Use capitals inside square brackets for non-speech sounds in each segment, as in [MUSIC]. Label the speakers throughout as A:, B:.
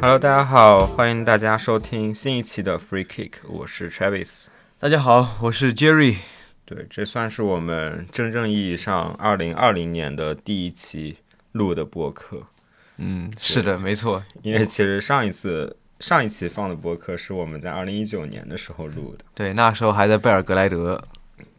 A: Hello，大家好，欢迎大家收听新一期的 Free Kick，我是 Travis。
B: 大家好，我是 Jerry。
A: 对，这算是我们真正意义上二零二零年的第一期录的播客，
B: 嗯，是的，没错，
A: 因为其实上一次上一期放的播客是我们在二零一九年的时候录的。
B: 对，那时候还在贝尔格莱德。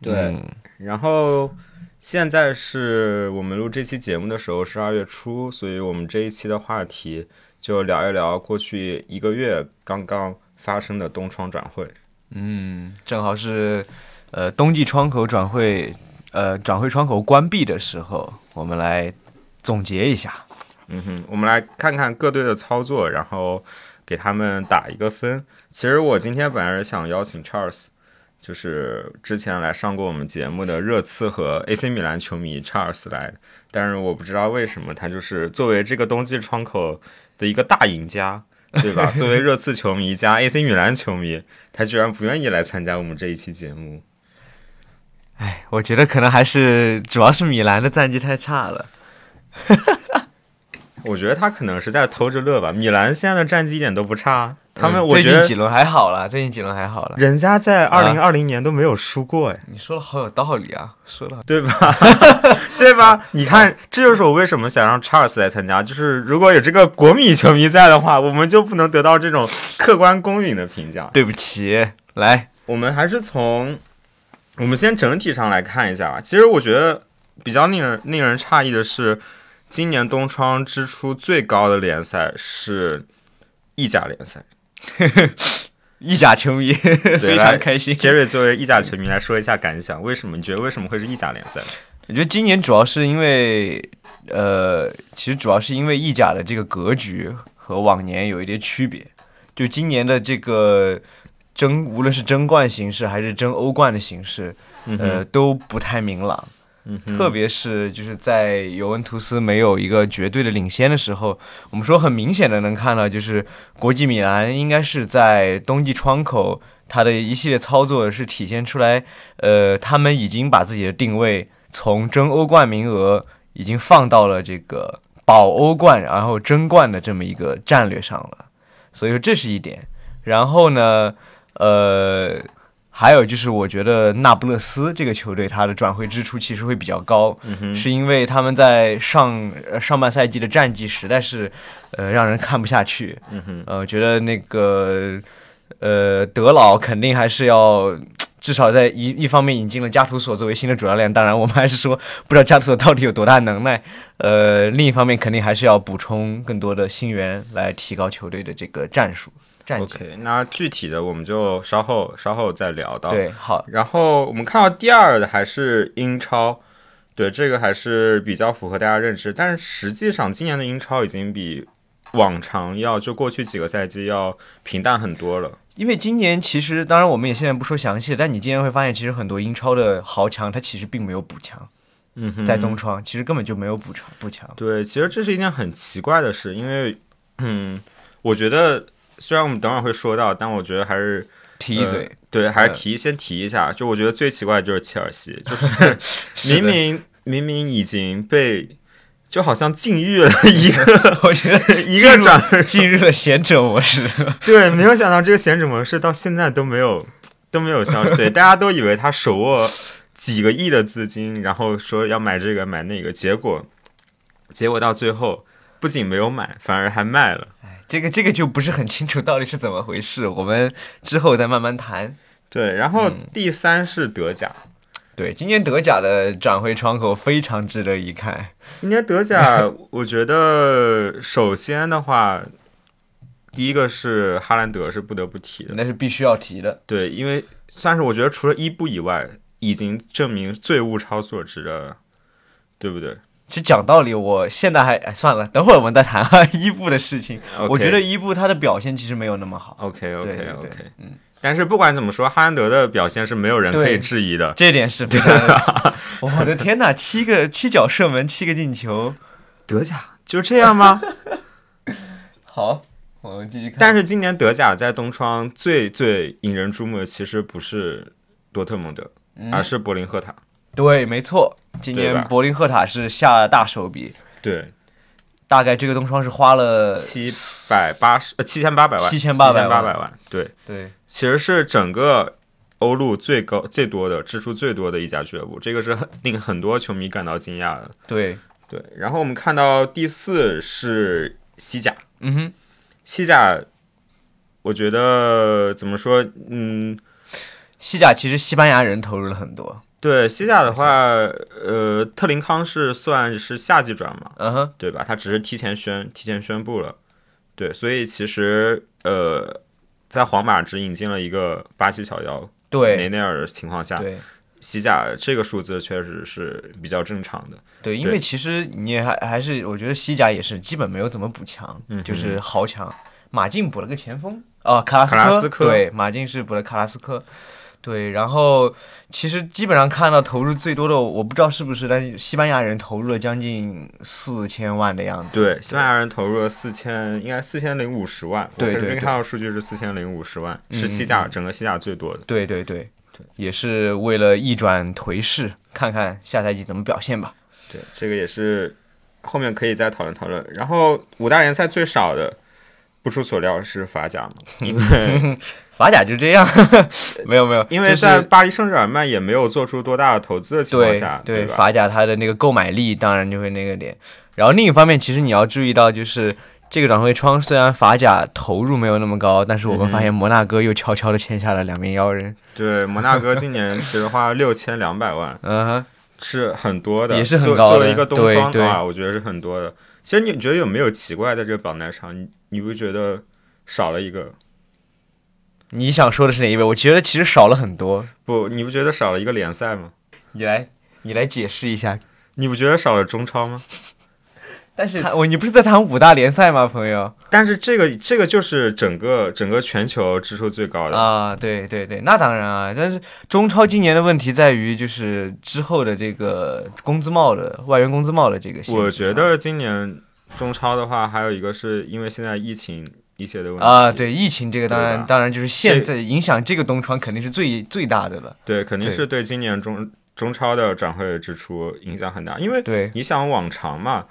B: 嗯
A: 然后现在是我们录这期节目的时候是二月初，所以我们这一期的话题就聊一聊过去一个月刚刚发生的东窗转会。
B: 嗯，正好是呃冬季窗口转会呃转会窗口关闭的时候，我们来总结一下。
A: 嗯哼，我们来看看各队的操作，然后给他们打一个分。其实我今天本来是想邀请 Charles，就是之前来上过我们节目的热刺和 AC 米兰球迷 Charles 来，但是我不知道为什么他就是作为这个冬季窗口的一个大赢家，对
B: [LAUGHS]
A: 吧？作为热刺球迷加 AC 米兰球迷，他居然不愿意来参加我们这一期节目。
B: 哎，我觉得可能还是主要是米兰的战绩太差了。
A: 我觉得他可能是在偷着乐吧。米兰现在的战绩一点都不差，他们
B: 嗯
A: 我
B: 最
A: 觉
B: 近
A: 得
B: 几轮还好了，最近几轮还好了。
A: 人家在二
B: 啊
A: 零二零年都没有输过，哎，
B: 你说的好有道理啊，说的
A: 对吧？对吧？你看，这就是我为什么想让查尔斯来参加。就是如果有这个国米球迷在的话，我们就不能得到这种客观公允的评价。
B: 对不起。来，
A: 我们还是从我们先整体上来看一下吧。其实我觉得比较令人令人诧异的是，今年东窗支出最高的联赛是意甲联
B: [LAUGHS]
A: 赛。
B: 意甲球迷非
A: 来
B: 常开心。
A: 杰瑞作为意甲球迷来说一下感想，为什么你觉得为什么会是意甲联赛？
B: 我觉得今年主要是因为，呃，其实主要是因为意甲的这个格局和往年有一点区别。就今年的这个争，无论是争冠形式还是争欧冠的形式，
A: 嗯哼
B: 呃，都不太明朗。
A: 嗯哼
B: 特别是就是在尤文图斯没有一个绝对的领先的时候，我们说很明显的能看到，就是国际米兰应该是在冬季窗口它的一系列操作是体现出来，呃，他们已经把自己的定位从争欧冠名额已经放到了这个保欧冠然后争冠的这么一个战略上了，所以说这是一点。然后呢，呃，还有就是，我觉得那不勒斯这个球队它的转会支出其实会比较高，
A: 嗯
B: 是因为他们在上呃上半赛季的战绩实在是，呃，让人看不下去。
A: 嗯哼，
B: 呃，觉得那个呃德老肯定还是要。至少在一一方面引进了加图索作为新的主教练，当然我们还是说不知道加图索到底有多大能耐。呃，另一方面肯定还是要补充更多的新援来提高球队的这个战术战绩。
A: OK，那具体的我们就稍后稍后再聊到。，
B: 对，好，
A: 然后我们看到第二的还是英超，对这个还是比较符合大家认知，但是实际上今年的英超已经比往常要就过去几个赛季要平淡很多了。
B: 因为今年其实，当然我们也现在不说详细，但你今年会发现，其实很多英超的豪强，他其实并没有补强，
A: 嗯哼，
B: 在东窗、其实根本就没有补强补强。
A: 对，其实这是一件很奇怪的事，因为嗯，我觉得虽然我们等会儿会说到，但我觉得还是
B: 提一嘴，
A: 呃对，还是
B: 嗯
A: 提、先提一下。就我觉得最奇怪的就是切尔西，就是是明
B: 的
A: 明明明已经被就好像禁欲了一个
B: [LAUGHS] 我觉得
A: 一个转
B: 转 [LAUGHS] 进入了贤者模式。
A: [LAUGHS] 对，没有想到这个闲者模式到现在都没有 [LAUGHS] 都没有消 [LAUGHS] 失，对，大家都以为他手握几个亿的资金，然后说要买这个买那个，结果结果到最后不仅没有买，反而还卖了。
B: [LAUGHS] 这个这个就不是很清楚到底是怎么回事，我们之后再慢慢谈。
A: 对，然后第三是德甲，
B: 对，今年德甲的转会窗口非常值得一看。
A: 今年德 [LAUGHS] 甲，我觉得首先的话，第一个是哈兰德是不得不提的，
B: 那是必须要提的。
A: 对，因为算是我觉得除了伊布以外，已经证明最物超所值的，对不对
B: 其实讲道理，我现在还哎算了，等会儿我们再谈哈 [LAUGHS] 伊布的事情。
A: OK
B: 我觉得伊布他的表现其实没有那么好。
A: ？OK OK
B: 对对
A: OK，
B: 对嗯，
A: 但是不管怎么说，哈兰德的表现是没有人可以
B: 对
A: 质疑的。
B: 这点是非常的。
A: 啊
B: 我的天哪，七个七脚射门，七个进球。
A: 德甲就这样吗？
B: 好，我们继续看。
A: 但
B: 是
A: 是今年德甲在东窗最最引人注目的，其实不是多特蒙德，而是柏林赫塔。
B: 嗯对，没错，
A: 啊
B: 今
A: 对吧
B: 年柏林赫塔是下了大手笔。
A: 对，
B: 大概这个冬窗是花了
A: 七百八十呃七千八百万，
B: 呃七
A: 七
B: 千八
A: 八
B: 百万
A: 百万，对，
B: 对
A: 其实是整个欧陆最高最多的支出最多的一家俱乐部，这个是很令很多球迷感到惊讶的。
B: 对，
A: 对，然后我们看到第四是西甲，
B: 嗯哼，
A: 西甲，我觉得怎么说，嗯，
B: 西甲其实西班牙人投入了很多，
A: 对西甲的话，呃，特林康是算是夏季转嘛，
B: 嗯哼，
A: 对吧？他只是提前宣提前宣布了，对，所以其实呃，在皇马只引进了一个巴西小妖
B: 对
A: 雷内尔的情况下，
B: 对。
A: 西甲这个数字确实是比较正常的。
B: 对，因
A: 对
B: 为其实你也还还是，我觉得西甲也是基本没有怎么补强，
A: 嗯哼
B: 就是豪强。马竞补了个前锋，哦，卡拉斯科，
A: 卡拉斯科
B: 对，马竞是补了卡拉斯科，对，然后其实基本上看到投入最多的，我不知道是不是，但是西班牙人投入了将近四千万的样子，
A: 对，西班牙人投入了四千，应该四千零五十万。
B: 对
A: 我这
B: 对
A: 边
B: 对
A: 看到数据是四千零五十万，是西
B: 嗯
A: 甲整个西甲最多的。
B: 对对对，也是为了一转颓势，看看下赛季怎么表现吧。
A: 对，这个也是后面可以再讨论讨论。然后五大联赛最少的，不出所料是法甲嘛，因为
B: 法甲就这样， [LAUGHS] 没有没有，
A: 因为
B: 就是
A: 在巴黎圣日耳曼也没有做出多大的投资的情况
B: 对
A: 下，
B: 对，
A: 吧？
B: 法甲它的那个购买力当然就会那个点。然后另一方面，其实你要注意到，就是这个转会窗虽然法甲投入没有那么高，但是我们发现摩纳哥又悄悄的签下了两名妖人，
A: 对，摩纳哥今年其实花了六千两百万，
B: 嗯哼，
A: 是很多的，
B: 也是很
A: 作
B: 高的
A: 作为一个东窗
B: 对
A: 的话，我觉得是很多的。其实你觉得有没有奇怪，在这个榜单上，你你不觉得少了一个？
B: 你想说的是哪一位？我觉得其实少了很多，
A: 不，你不觉得少了一个联赛吗？
B: 你来你来解释一下。
A: 你不觉得少了中超吗？
B: 但是我你不是在谈五大联赛吗，朋友？
A: 但是这个这个就是整个整个全球支出最高的，
B: 啊，对对对，那当然啊，但是中超今年的问题在于就是之后的这个工资帽的外援工资帽的这个限制上，
A: 我觉
B: 啊
A: 得今年中超的话，还有一个是因为现在疫情一些的问题
B: 啊，，对疫情这个当
A: 对
B: 然
A: 吧
B: 当然就是现
A: 这
B: 在影响这个东窗肯定是最最大的了。
A: 对，肯定是对今年中中超的转会支出影响很大，因为
B: 对
A: 你想往常嘛，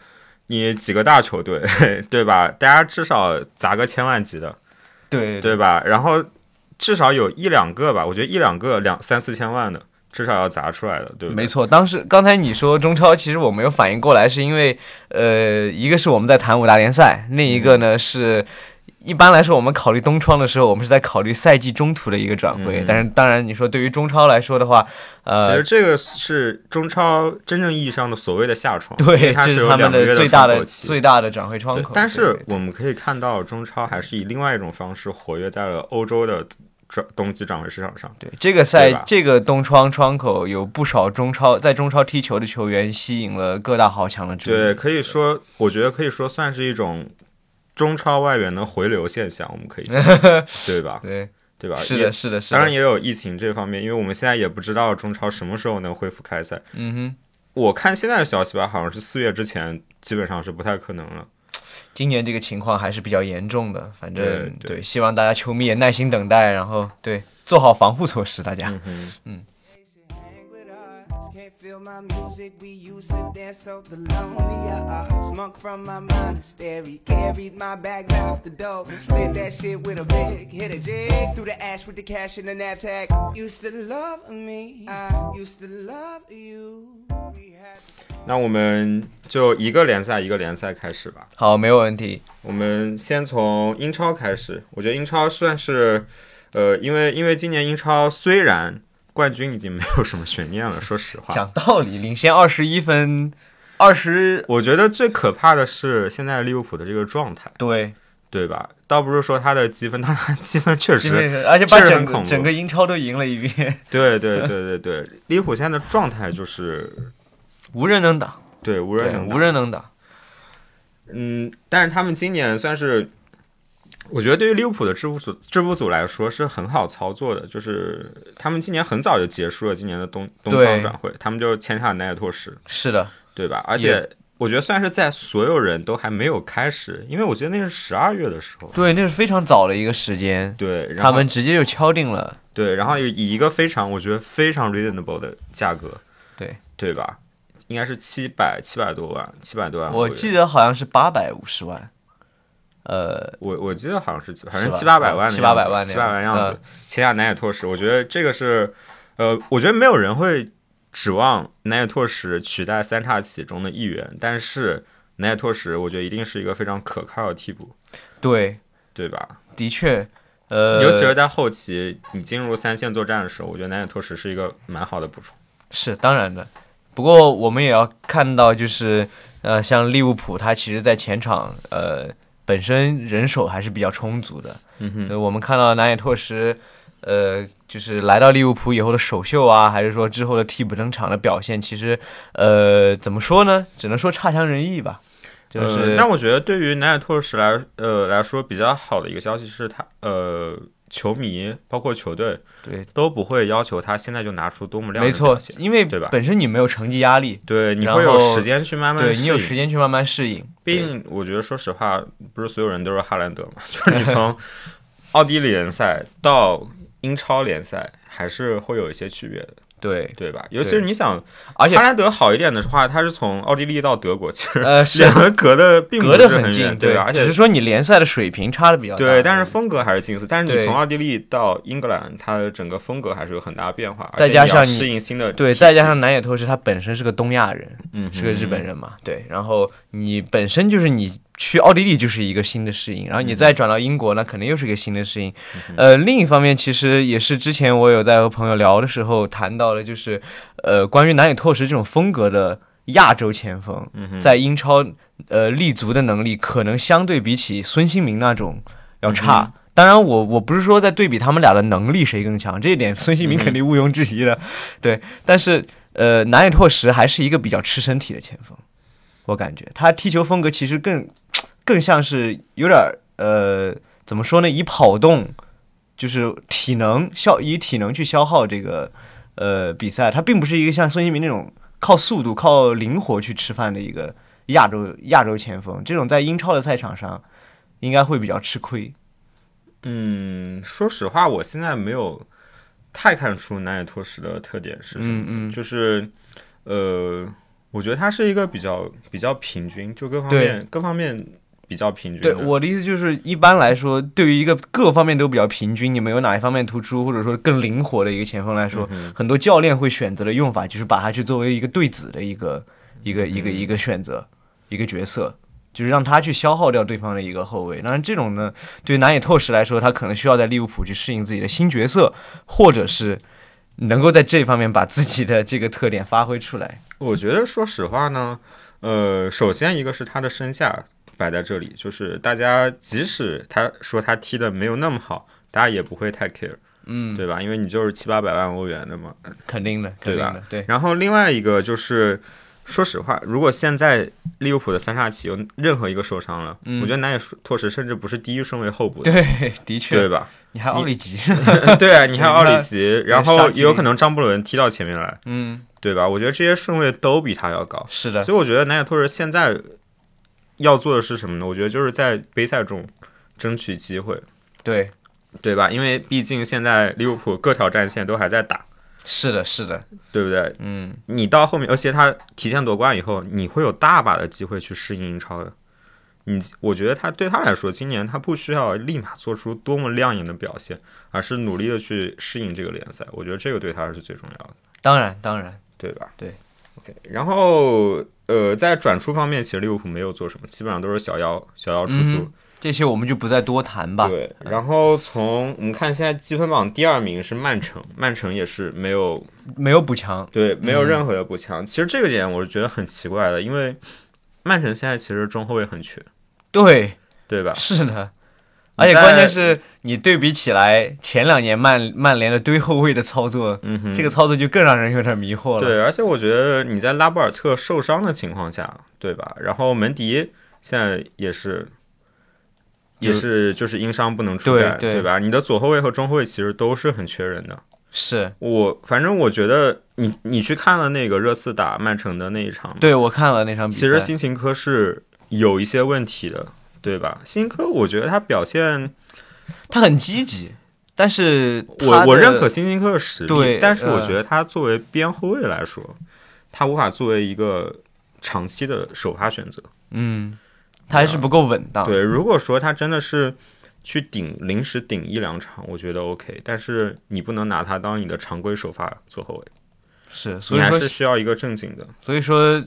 A: 你几个大球队 [LAUGHS] 对吧？大家至少砸个千万级的，
B: 对
A: 对吧？然后至少有一两个吧，我觉得一两个两三四千万的至少要砸出来的，对不对？
B: 没错。当时刚才你说中超，其实我没有反应过来，是因为呃，一个是我们在谈五大联赛，另一个
A: 嗯
B: 呢是。一般来说，我们考虑东窗的时候，我们是在考虑赛季中途的一个转会。
A: 嗯
B: 但是，当然你说对于中超来说的话，
A: 其
B: 呃
A: 实，这个是中超真正意义上的所谓的下窗，因
B: 对，
A: 为它
B: 这
A: 有
B: 他
A: 两
B: 们
A: 个月
B: 的
A: 的
B: 最大
A: 窗
B: 的
A: 口期
B: 最大的转会窗
A: 对
B: 口。
A: 但
B: 对
A: 是我们可以看到，中超还是以另外一种方式活跃在了欧洲的转冬季转会市场上。
B: 对，这个赛
A: 对吧
B: 这个东窗窗口有不少中超在中超踢球的球员，吸引了各大豪强的注意。
A: 对，可以说，我觉得可以说算是一种中超外援的回流现象，我们可以
B: [LAUGHS]
A: 讲，对吧？
B: 对
A: 对吧？
B: 是
A: 也
B: 的，。是的，是的。
A: 当然也有疫情这方面，因为我们现在也不知道中超什么时候能恢复开赛。
B: 嗯
A: 我看现在的消息吧，好像是四月之前基本上是不太可能了。
B: 哼，今年这个情况还是比较严重的，反正
A: 对对
B: 希望大家球迷也耐心等待，然后对做好防护措施，大家。
A: 嗯哼。
C: Hang with us. Can't feel my music. We used to dance so the lonely are. Smunk from my monastery. Carried my bags out the door. Lit that shit with a big hit a jig. Through the ash with the cash in the knapsack. Used to love me. I used to love you. We had
A: 那我们就一个联赛一个联赛开始吧。
B: 好，没有问题。
A: 我们先从英超开始，我觉得英超算是，呃，因为因为今年英超虽然冠军已经没有什么悬念了，说实话，
B: 讲道理，领先二十一分，二十
A: 我觉得最可怕的是现在利物浦的这个状态，
B: 对，
A: 对吧？倒不是说他的积分，当然积分确
B: 真的
A: 实，
B: 是，而且把
A: 确实
B: 整
A: 很恐
B: 个
A: 怖
B: 整个英超都赢了一
A: [LAUGHS]
B: 遍，
A: 对对对对对，利物浦现在的状态就是
B: 无人能挡，
A: 对无
B: 对
A: 人能
B: 无人能挡。
A: 嗯，但是他们今年算是，我觉得对于利物浦的支付组支付组来说是很好操作的，就是他们今年很早就结束了今年的冬冬
B: 对
A: 窗转会，他们就签下奈托什，
B: 是的，
A: 对吧？而且我觉得算是在所有人都还没有开始，因为我觉得那是十二月的时候，
B: 对，那是非常早的一个时间，
A: 对，然后
B: 他们直接就敲定了。
A: 对，然后以以一个非常我觉得非常 reasonable 的价格，
B: 对
A: 对吧？应该是七百七百多万，七百多万欧
B: 我
A: 元。
B: 记得好像是八百五十万，呃，
A: 我我记得好像是七，反
B: 是
A: 正
B: 吧嗯
A: 七八百万的样子，
B: 七八百万那样
A: 七八百万样子
B: 嗯。
A: 前亚南野拓实，我觉得这个是，呃，我觉得没有人会指望南野拓实取代三叉戟中的一员，但是南野拓实，我觉得一定是一个非常可靠的替补，
B: 对，
A: 对吧？
B: 的确，呃，
A: 尤其是在后期你进入三线作战的时候，我觉得南野拓实是一个蛮好的补充。
B: 是当然的，不过我们也要看到，就是呃，像利物浦，它其实在前场呃本身人手还是比较充足的。
A: 嗯哼，
B: 呃我们看到南野拓实，呃，就是来到利物浦以后的首秀啊，还是说之后的替补登场的表现，其实呃怎么说呢？只能说差强人意吧。就是、
A: 呃但我觉得对于南野拓实来呃来说比较好的一个消息是他呃球迷包括球队
B: 对，
A: 都不会要求他现在就拿出多么亮
B: 没
A: 眼的表
B: 错
A: 现，，
B: 因为
A: 对吧
B: 本身你没有成绩压力，
A: 对，你
B: 然
A: 会有
B: 后
A: 时间去慢慢
B: 对你有
A: 适应
B: 时间去慢慢适应。
A: 毕
B: 对
A: 竟我觉得说实话，不是所有人都是哈兰德嘛， [LAUGHS] 就是你从奥地利联赛到英超联赛还是会有一些区别的，
B: 对，
A: 对吧？尤其是你想，
B: 而且
A: 哈兰德好一点的话，他是从奥地利到德国，其实
B: 呃是
A: 两个隔的并不
B: 隔得
A: 是很
B: 近，
A: 远，对吧？而
B: 只
A: 且
B: 是说你联赛的水平差的比较大。
A: 对，但是风格还是近似。但是你
B: 对
A: 从奥地利到英格兰，它的整个风格还是有很大的变化，而
B: 再
A: 且
B: 加
A: 你要
B: 上你
A: 适应新的
B: 对，
A: 体
B: 再加
A: 系
B: 上南野拓实他本身是个东亚人，
A: 嗯
B: 是个日本人嘛，对，然后你本身就是你去奥地利就是一个新的适应，然后你
A: 嗯
B: 再转到英国，那肯定又是一个新的适应。呃，另一方面，其实也是之前我有在和朋友聊的时候谈到的，就是呃，关于南野拓实这种风格的亚洲前锋，在英超呃立足的能力，可能相对比起孙兴民那种要差。当然我我不是说在对比他们俩的能力谁更强，这一点孙兴民肯定毋庸置疑的，对。但是呃，南野拓实还是一个比较吃身体的前锋，我感觉他踢球风格其实更更像是有点儿呃，怎么说呢？以跑动就是体能消以体能去消耗这个呃比赛，他并不是一个像孙兴民那种靠速度、靠灵活去吃饭的一个亚洲亚洲前锋，这种在英超的赛场上应该会比较吃亏。
A: 嗯，说实话，我现在没有太看出南野拓实的特点是什么，
B: 嗯嗯
A: 就是呃，我觉得他是一个比较比较平均，就各方
B: 对
A: 面各方面比较平均
B: 对
A: 的。
B: 我的意思就是，一般来说，对于一个各方面都比较平均，你没有哪一方面突出，或者说更灵活的一个前锋来说，
A: 嗯
B: 很多教练会选择的用法就是把它去作为一个对子的一个一个
A: 嗯
B: 一个一个选择，一个角色。就是让他去消耗掉对方的一个后卫，当然这种呢，对南野拓实来说，他可能需要在利物浦去适应自己的新角色，或者是能够在这方面把自己的这个特点发挥出来。
A: 我觉得说实话呢，呃，首先一个是他的身价摆在这里，就是大家即使他说他踢的没有那么好，大家也不会太 care，嗯，对吧？因为你就是七八百万欧元的嘛，
B: 肯定的，肯
A: 对
B: 定
A: 吧
B: 的，对
A: 然后另外一个就是，说实话，如果现在利物浦的三叉戟有任何一个受伤了，我觉得南野拓实甚至不是第一顺位候补的，
B: 对，的确，
A: 对吧？ [LAUGHS]
B: 你还奥里吉，
A: 对啊，你看奥里奇，然后
B: 杀鸡
A: 也有可能张伯伦踢到前面来，
B: 嗯，
A: 对吧？我觉得这些顺位都比他要高，
B: 是的，
A: 所以我觉得南野拓实现在要做的是什么呢？我觉得就是在杯赛中争取机会，
B: 对，
A: 对吧？因为毕竟现在利物浦各条战线都还在打，
B: 是的，是的，
A: 对不对？
B: 嗯，
A: 你到后面，而且他提前夺冠以后，你会有大把的机会去适应英超的。你，我觉得他对他来说，今年他不需要立马做出多么亮眼的表现，而是努力的去适应这个联赛。我觉得这个对他是最重要的，
B: 当然，当然，
A: 对吧？
B: 对
A: ，OK。然后，呃，在转出方面，其实利物浦没有做什么，基本上都是小妖小妖出租。
B: 嗯这些我们就不再多谈吧。
A: 对，然后从我们看现在积分榜第二名是曼城，曼城也是没有
B: 没有补强，
A: 对，没有任何的补
B: 嗯
A: 强。其实这个点我是觉得很奇怪的，因为曼城现在其实中后卫很缺，
B: 对，
A: 对吧？
B: 是的，
A: 你
B: 而且
A: 在
B: 关键是你对比起来前两年曼曼联的堆后卫的操作，
A: 嗯哼，
B: 这个操作就更让人有点迷惑了。，
A: 对，而且我觉得你在拉波尔特受伤的情况下，对吧？然后门迪现在也是。也，
B: 就是
A: 就是因伤不能出
B: 对
A: 战，
B: 对
A: 吧？你的左后卫和中后卫其实都是很缺人的。
B: 是，
A: 我反正我觉得你你去看了那个热刺打曼城的那一场吗，
B: 对我看了那场比赛，
A: 其实辛勤科是有一些问题的，对吧？辛勤科我觉得他表现
B: 他很积极，但是
A: 我我认可
B: 他的
A: 辛辛科的实力，
B: 对
A: 但是我
B: 呃
A: 觉得他作为边后卫来说，他无法作为一个长期的首发选择。
B: 嗯，他还是不够稳当。
A: 对，如果说他真的是去顶临时顶一两场，我觉得 OK，但是你不能拿他当你的常规首发左后卫，
B: 是，所
A: 你
B: 以
A: 还
B: 说
A: 是需要一个正经的。
B: 所以说，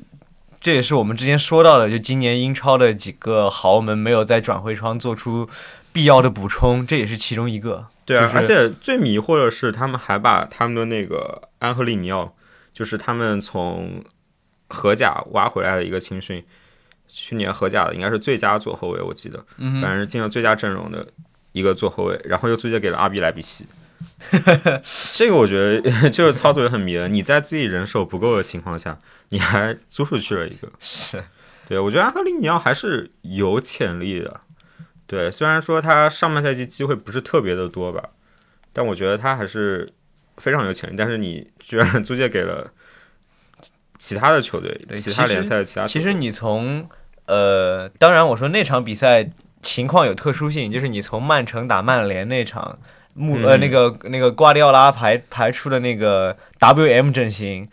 B: 这也是我们之前说到的，就今年英超的几个豪门没有在转会窗做出必要的补充，这也是其中一个。
A: 对啊，
B: 就是
A: 而且最迷惑的是，他们还把他们的那个安赫利尼奥，就是他们从荷甲挖回来的一个青训，去年荷甲的应该是最佳左后卫，我记得，
B: 嗯
A: 反正是进了最佳阵容的一个左后卫，然后又租借给了阿比莱比
B: [LAUGHS]
A: 锡。这个我觉得 [LAUGHS] 就是操作也很迷人。你在自己人手不够的情况下，你还租出去了一个，
B: 是，
A: 对，我觉得安赫利尼奥还是有潜力的。对，虽然说他上半赛季机会不是特别的多吧，但我觉得他还是非常有潜力。但是你居然租借给了其他的球队，
B: 对
A: 其他
B: 其实
A: 联赛，其他
B: 其
A: 球队
B: 实你从呃，当然我说那场比赛情况有特殊性，就是你从曼城打曼联那场。穆呃
A: 嗯
B: 那个那个瓜迪奥拉排排出的那个 WM 阵型，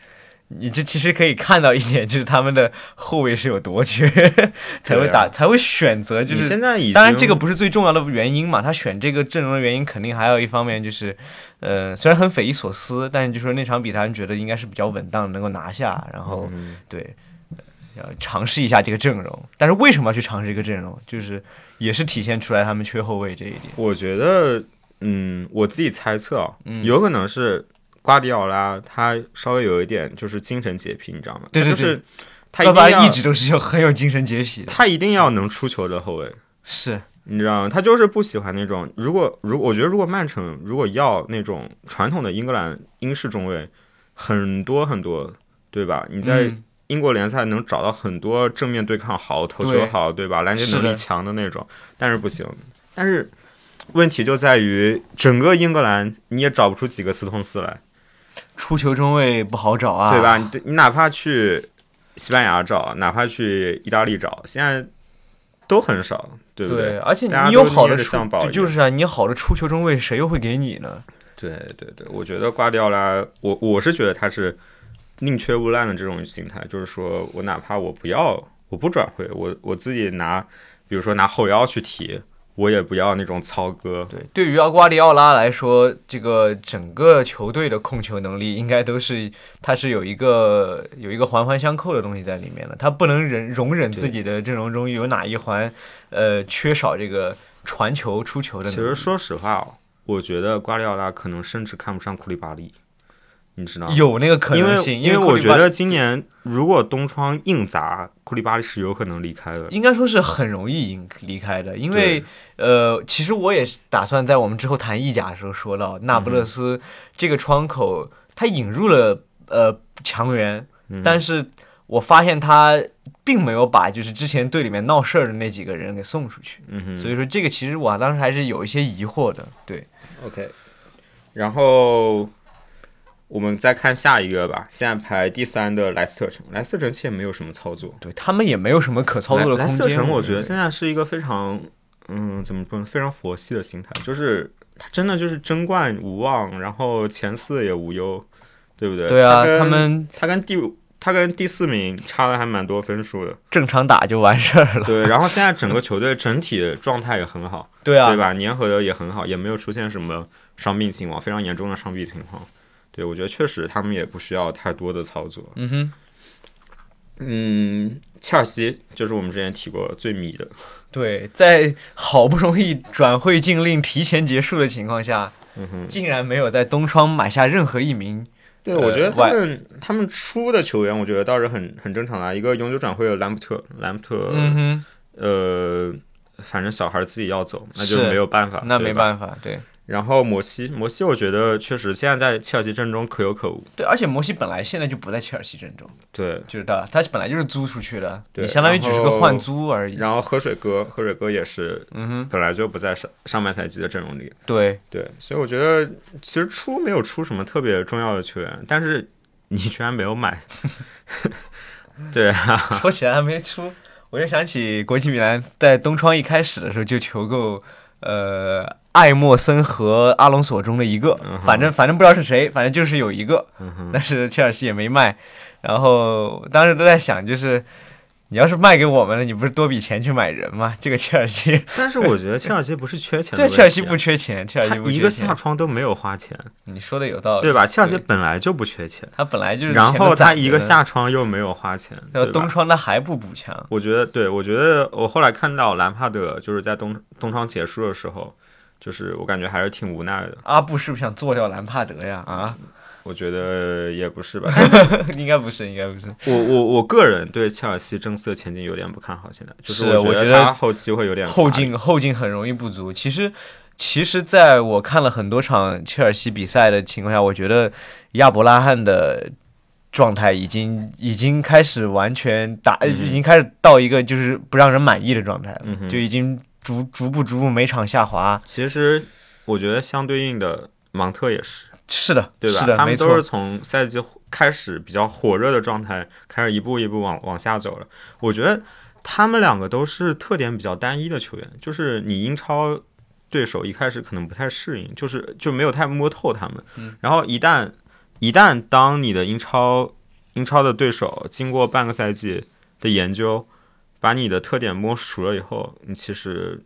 B: 你这其实可以看到一点，就是他们的后卫是有多缺， [LAUGHS] 才会
A: 对啊
B: 打、才会选择就
A: 你
B: 是
A: 现在已经
B: 当然，这个不是最重要的原因嘛。他选这个阵容的原因，肯定还有一方面就是，呃，虽然很匪夷所思，但是就说那场比赛，觉得应该是比较稳当，能够拿下。然后、
A: 嗯
B: 对，呃要尝试一下这个阵容。但是为什么要去尝试这个阵容？就是也是体现出来他们缺后卫这一点。
A: 我觉得，嗯，我自己猜测啊，
B: 嗯
A: 有可能是瓜迪奥拉他稍微有一点就是精神洁癖，你知道吗？
B: 对对
A: 他就是他一
B: 要不
A: 定要
B: 然一直都是有很有精神洁癖的。
A: 他一定要能出球的后卫。
B: 是，
A: 你知道吗？他就是不喜欢那种，如果如果我觉得如果曼城如果要那种传统的英格兰英式中卫，很多很多，对吧？你在
B: 嗯
A: 英国联赛能找到很多正面对抗好、头球
B: 对
A: 好，对吧？拦截
B: 是
A: 能
B: 的
A: 力强的那种，但是不行。但是问题就在于整个英格兰你也找不出几个斯通斯来，
B: 出球中卫不好找啊，
A: 对吧？你对你哪怕去西班牙找，哪怕去意大利找，现在都很少，对不
B: 对
A: 对
B: 而且
A: 大家
B: 你有
A: 都
B: 好
A: 捏
B: 的
A: 着
B: 出
A: 像宝，一
B: 就
A: 样
B: 就是啊，你好的出球中卫，谁又会给你呢？
A: 对对对，我觉得瓜迪奥拉，啊我我是觉得他是宁缺毋滥的这种心态，就是说我哪怕我不要，我不转会，我我自己拿，比如说拿后腰去踢，我也不要那种操戈。
B: 对，对于瓜迪奥拉来说，这个整个球队的控球能力应该都是，他是有一个有一个环环相扣的东西在里面的，他不能忍容忍自己的阵容中有哪一环，呃，缺少这个传球出球的
A: 其
B: 能
A: 实
B: 力。
A: 说实话哦，我觉得瓜迪奥拉可能甚至看不上库里巴利，你知道吗？
B: 有那个可
A: 因为
B: 能性，
A: 因
B: 为库
A: 我
B: 里
A: 觉
B: 巴
A: 得今年如果东窗硬砸，库里巴利是有可能离开的。
B: 应该说是很容易引离开的，因
A: 对
B: 为呃，其实我也是打算在我们之后谈意甲的时候说到，那不勒
A: 嗯
B: 斯这个窗口，他引入了呃强援，
A: 嗯
B: 但是我发现他并没有把就是之前队里面闹事儿的那几个人给送出去，
A: 嗯哼，
B: 所以说这个其实我当时还是有一些疑惑的，对，
A: OK，然后我们再看下一个吧。现在排第三的莱斯特城，莱斯特城其实没有什么操作，
B: 对他们也没有什么可操作的
A: 莱莱
B: 空
A: 斯特
B: 间，
A: 城我觉得现在是一个非常，嗯，怎么说呢，非常佛系的心态，就是他真的就是争冠无望，然后前四也无忧，对不对？
B: 对
A: 他
B: 啊，他
A: 跟
B: 们
A: 他跟第五他跟第四名差的还蛮多分数的，
B: 正常打就完事儿了，
A: 对。然后现在整个球队整体状态也很好，
B: 对啊，
A: 对吧？粘合的也很好，也没有出现什么伤病情况，非常严重的伤病情况。对，我觉得确实他们也不需要太多的操作。
B: 嗯哼。
A: 嗯，切尔西就是我们之前提过最迷的，
B: 对，在好不容易转会禁令提前结束的情况下，
A: 嗯哼，
B: 竟然没有在东窗买下任何一名。
A: 对，我觉得
B: 外
A: 他们他们出的球员，我觉得倒是很很正常的啊。一个永久转会的兰普特，兰普特，
B: 嗯
A: 呃，反正小孩自己要走，那就是没有办法
B: 哼，，那
A: 对
B: 没
A: 吧。
B: 办法，对
A: 然后摩西，摩西，我觉得确实现在在切尔西阵中可有可无。
B: 对，而且摩西本来现在就不在切尔西阵中，
A: 对，
B: 就是他他本来就是租出去的，
A: 对
B: 你相当于只是
A: 然
B: 个
A: 后
B: 换租而已。
A: 然后喝水哥，喝水哥也是
B: 嗯哼，
A: 本来就不在上上半赛季的阵容里。
B: 对，
A: 对，所以我觉得其实出没有出什么特别重要的球员，但 [LAUGHS] 是你居然没有买，对啊，
B: [LAUGHS] 说起来还没出。我就想起国际米兰在东窗一开始的时候就求购，呃，艾默森和阿隆索中的一个，
A: 嗯
B: 反正反正不知道是谁，反正就是有一个，但是切尔西也没卖。然后当时都在想，就是你要是卖给我们了，你不是多笔钱去买人吗？这个切尔
A: [LAUGHS]
B: 西，
A: 但是我觉得切尔西不是缺钱的
B: 这
A: 问题，啊
B: 切尔西不缺钱，切尔西
A: 他
B: 不
A: 一
B: 缺
A: 个下
B: 钱。呃
A: 窗都没有花钱，
B: 你说的有道理，
A: 对吧？切尔西本来就不缺钱，
B: 他本来就是钱
A: 然
B: 都
A: 后他
B: 攒
A: 一个
B: 着呢，
A: 下窗又没有花钱，
B: 然
A: 对吧
B: 后东窗他还不补强，
A: 我觉得，对我觉得，我后来看到兰帕德就是在东东窗结束的时候，就是我感觉还是挺无奈的。
B: 阿布是不是想做掉兰帕德呀？啊， [LAUGHS]
A: 我觉得也不是吧， [LAUGHS]
B: 应该不是，应该不是。
A: 我我我个人对切尔西争四的前景有点不看好，现在就是
B: 是
A: 觉
B: 我觉
A: 得
B: 得
A: 他后期会有点
B: 后
A: 乏力。
B: 劲后劲很容易不足。其实，其实在我看了很多场切尔西比赛的情况下，我觉得亚伯拉罕的状态已经已经开始完全打，已经开始到一个就是不让人满意的状态了，
A: 嗯哼
B: 就已经逐逐步逐步每场下滑。
A: 其实我觉得相对应的芒特也是，
B: 是的，
A: 对吧？
B: 是的，
A: 他
B: 没
A: 们
B: 错
A: 都是从赛季开始比较火热的状态开始一步一步往往下走了。我觉得他们两个都是特点比较单一的球员，就是你英超对手一开始可能不太适应，就是就没有太摸透他们。
B: 嗯
A: 然后一旦一旦当你的英超英超的对手经过半个赛季的研究，把你的特点摸熟了以后，你其实。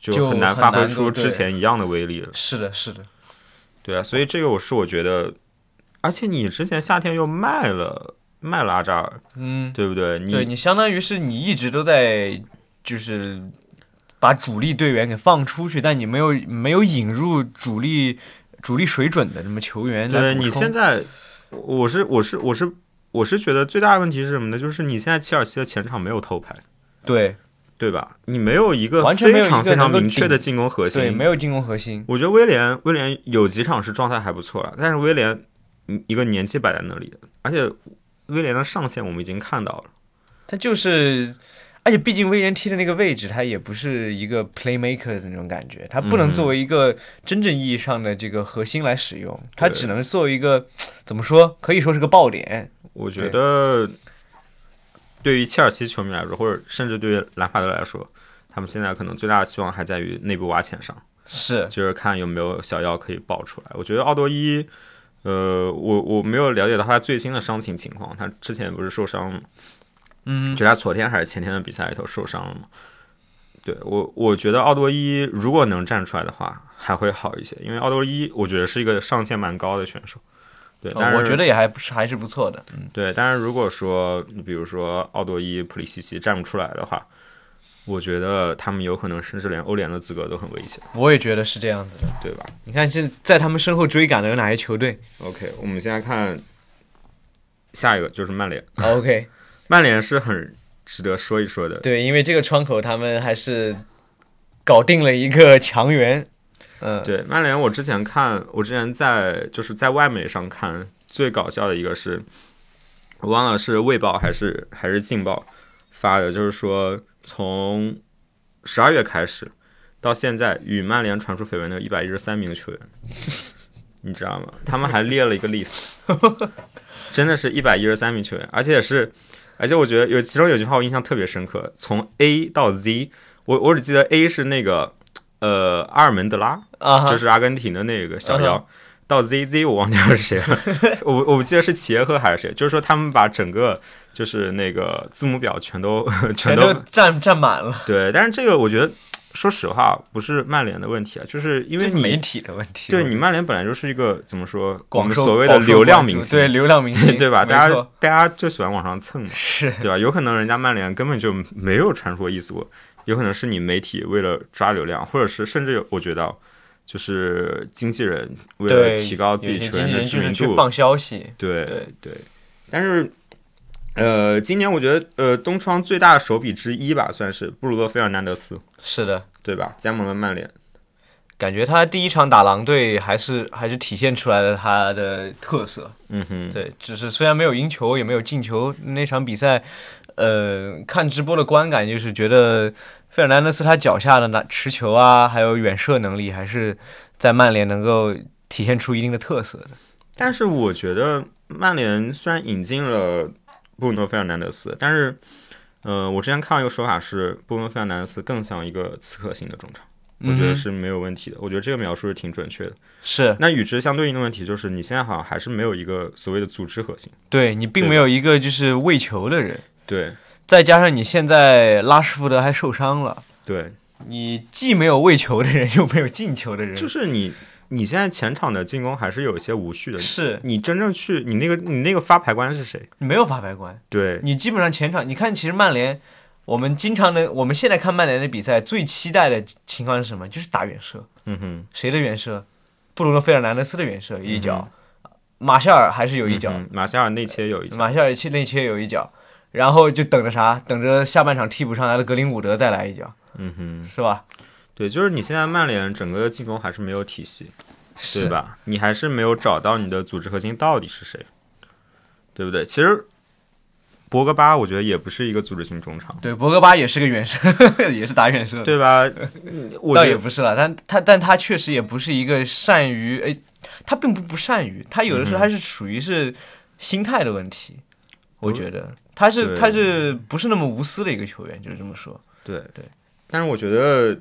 B: 就
A: 就很难
B: 很
A: 发挥
B: 难够
A: 出之
B: 对
A: 前一样的威力了。
B: 是的，是的，
A: 对啊，所以这个我是我觉得，而且你之前夏天又卖了卖了阿扎尔，
B: 嗯，
A: 对不对？你
B: 对你相当于是你一直都在就是把主力队员给放出去，但你没有没有引入主力主力水准的什么球员来
A: 对
B: 补
A: 你
B: 充
A: 现在，我我是我是我是我是觉得最大的问题是什么呢？就是你现在切尔西的前场没有头牌，
B: 对
A: 对吧？你没有一个
B: 完全没
A: 非
B: 有一
A: 常
B: 个
A: 非常
B: 能够
A: 明确
B: 顶
A: 的进攻核心，
B: 对没有进攻核心，
A: 我觉得威廉威廉有几场是状态还不错了，但是威廉嗯一个年纪摆在那里，而且威廉的上限我们已经看到了。
B: 他就是。而且，毕竟威廉踢的那个位置，他也不是一个 playmaker 的那种感觉，他不
A: 嗯
B: 能作为一个真正意义上的这个核心来使用，他只能作为一个怎么说，可以说是个爆点。
A: 我觉
B: 对
A: 得，对于切尔西球迷来说，或者甚至对于兰帕德来说，他们现在可能最大的期望还在于内部挖潜上，
B: 是，
A: 就是看有没有小妖可以爆出来。我觉得奥多伊，呃，我我没有了解到他最新的伤情情况，他之前不是受伤，
B: 嗯，
A: 就他昨天还是前天的比赛里头受伤了嘛。对我，我觉得奥多伊如果能站出来的话，还会好一些，因为奥多伊我觉得是一个上限蛮高的选手。对，但是
B: 呃我觉得也还不是还是不错的。
A: 对，但是如果说你比如说奥多伊、普里西奇站不出来的话，我觉得他们有可能甚至连欧联的资格都很危险，
B: 我也觉得是这样子的。
A: 对吧
B: 你看现在他们身后追赶的有哪些球队
A: ？OK，我们现在看下一个就是曼联，
B: [LAUGHS] ？OK，
A: 曼联是很值得说一说的。
B: 对，因为这个窗口他们还是搞定了一个强援，嗯，
A: 对曼联，我之前看，我之前在就是在外媒上看，最搞笑的一个是，我忘了是《卫报》还是还是《劲报》发的，就是说从十二月开始到现在，与曼联传出绯闻的一百一十三名球员， [LAUGHS] 你知道吗？他们还列了一个 list，真的是一百一十三名球员，而且是，而且我觉得有其中有句话我印象特别深刻，从 A 到 Z，我我只记得 A 是那个呃阿尔门德拉。
B: 啊哈，
A: 就是阿根廷的那个小
B: 嗯
A: 妖，到 ZZ 我忘掉是谁了，我我不记得是齐耶赫还是谁，就是说他们把整个就是那个字母表全都全
B: 全
A: 都
B: 都占占满了，
A: 对，但是这个我觉得说实话不是曼联的问题啊，就是因为
B: 这是媒
A: 你
B: 体的问题，
A: 对你曼联本来就是一个怎么说我
B: 广
A: 们
B: 受
A: 所谓的
B: 广受
A: 流量
B: 关注
A: 明星，
B: 对流量明
A: [LAUGHS]
B: 星，
A: 对吧？
B: 没
A: 大家
B: 错
A: 大家就喜欢往上蹭嘛，
B: 是
A: 对吧？有可能人家曼联根本就没有传说伊斯沃，有可能是你媒体为了抓流量，或者是甚至有我觉得啊，就是经纪人为了
B: 对
A: 提高自己
B: 有些
A: 球
B: 经
A: 员
B: 纪
A: 的知
B: 人就是
A: 名
B: 去
A: 度，
B: 放消息，
A: 对
B: 对
A: 对。但是，呃，今年我觉得呃东窗最大的手笔之一吧，算是布鲁诺费尔南德斯，
B: 是的。
A: 对吧？加盟了曼联，
B: 感觉他第一场打狼队还是还是体现出来了他的特色，
A: 嗯哼，
B: 对，只是虽然没有赢球，也没有进球，那场比赛，呃，看直播的观感就是觉得费尔南德斯他脚下的拿持球啊，还有远射能力，还是在曼联能够体现出一定的特色的。
A: 但是我觉得曼联虽然引进了布鲁诺·费尔南德斯，但是，呃，我之前看到一个说法是，波文费南德斯更像一个刺客型的中场，我觉
B: 嗯哼
A: 得是没有问题的。我觉得这个描述是挺准确的。
B: 是
A: 那与之相对应的问题就是，你现在好像还是没有一个所谓的组织核心。
B: 对你并
A: 对
B: 没有一个就是为球的人，
A: 对
B: 再加上你现在拉什福德还受伤了，
A: 对，
B: 你既没有为球的人，又没有进球的人，
A: 就是你你现在前场的进攻还是有一些无序的。
B: 是
A: 你真正去你那个你那个发牌官是谁？
B: 你没有法白观，
A: 对
B: 你基本上前场，你看其实曼联。我们经常能，我们现在看曼联的比赛，最期待的情况是什么？就是打远射。
A: 嗯哼，
B: 谁的远射？布鲁诺·费尔南德斯的远射一脚，马夏尔还是有一脚，
A: 嗯嗯哼马夏尔内切有一脚，
B: 马夏尔切内切有一脚，然后就等着啥？等着下半场替补上来的格林伍德再来一脚，
A: 嗯哼，
B: 是吧？
A: 对，就是你现在曼联整个的进攻还是没有体系，对
B: 是？
A: 吧？你还是没有找到你的组织核心到底是谁，对不对？其实博格巴我觉得也不是一个组织型中场，
B: 对，博格巴也是个远射， [LAUGHS] 也是打远射的，
A: 对吧？嗯我
B: 倒
A: 觉
B: 也
A: 得
B: 不是了，但他但他确实也不是一个善于，哎，他并不不善于，他有的时
A: 嗯
B: 候还是属于是心态的问题，我觉得他是
A: 对
B: 他是不是那么无私的一个球员，就是这么说。
A: 对
B: 对，
A: 但是我觉得。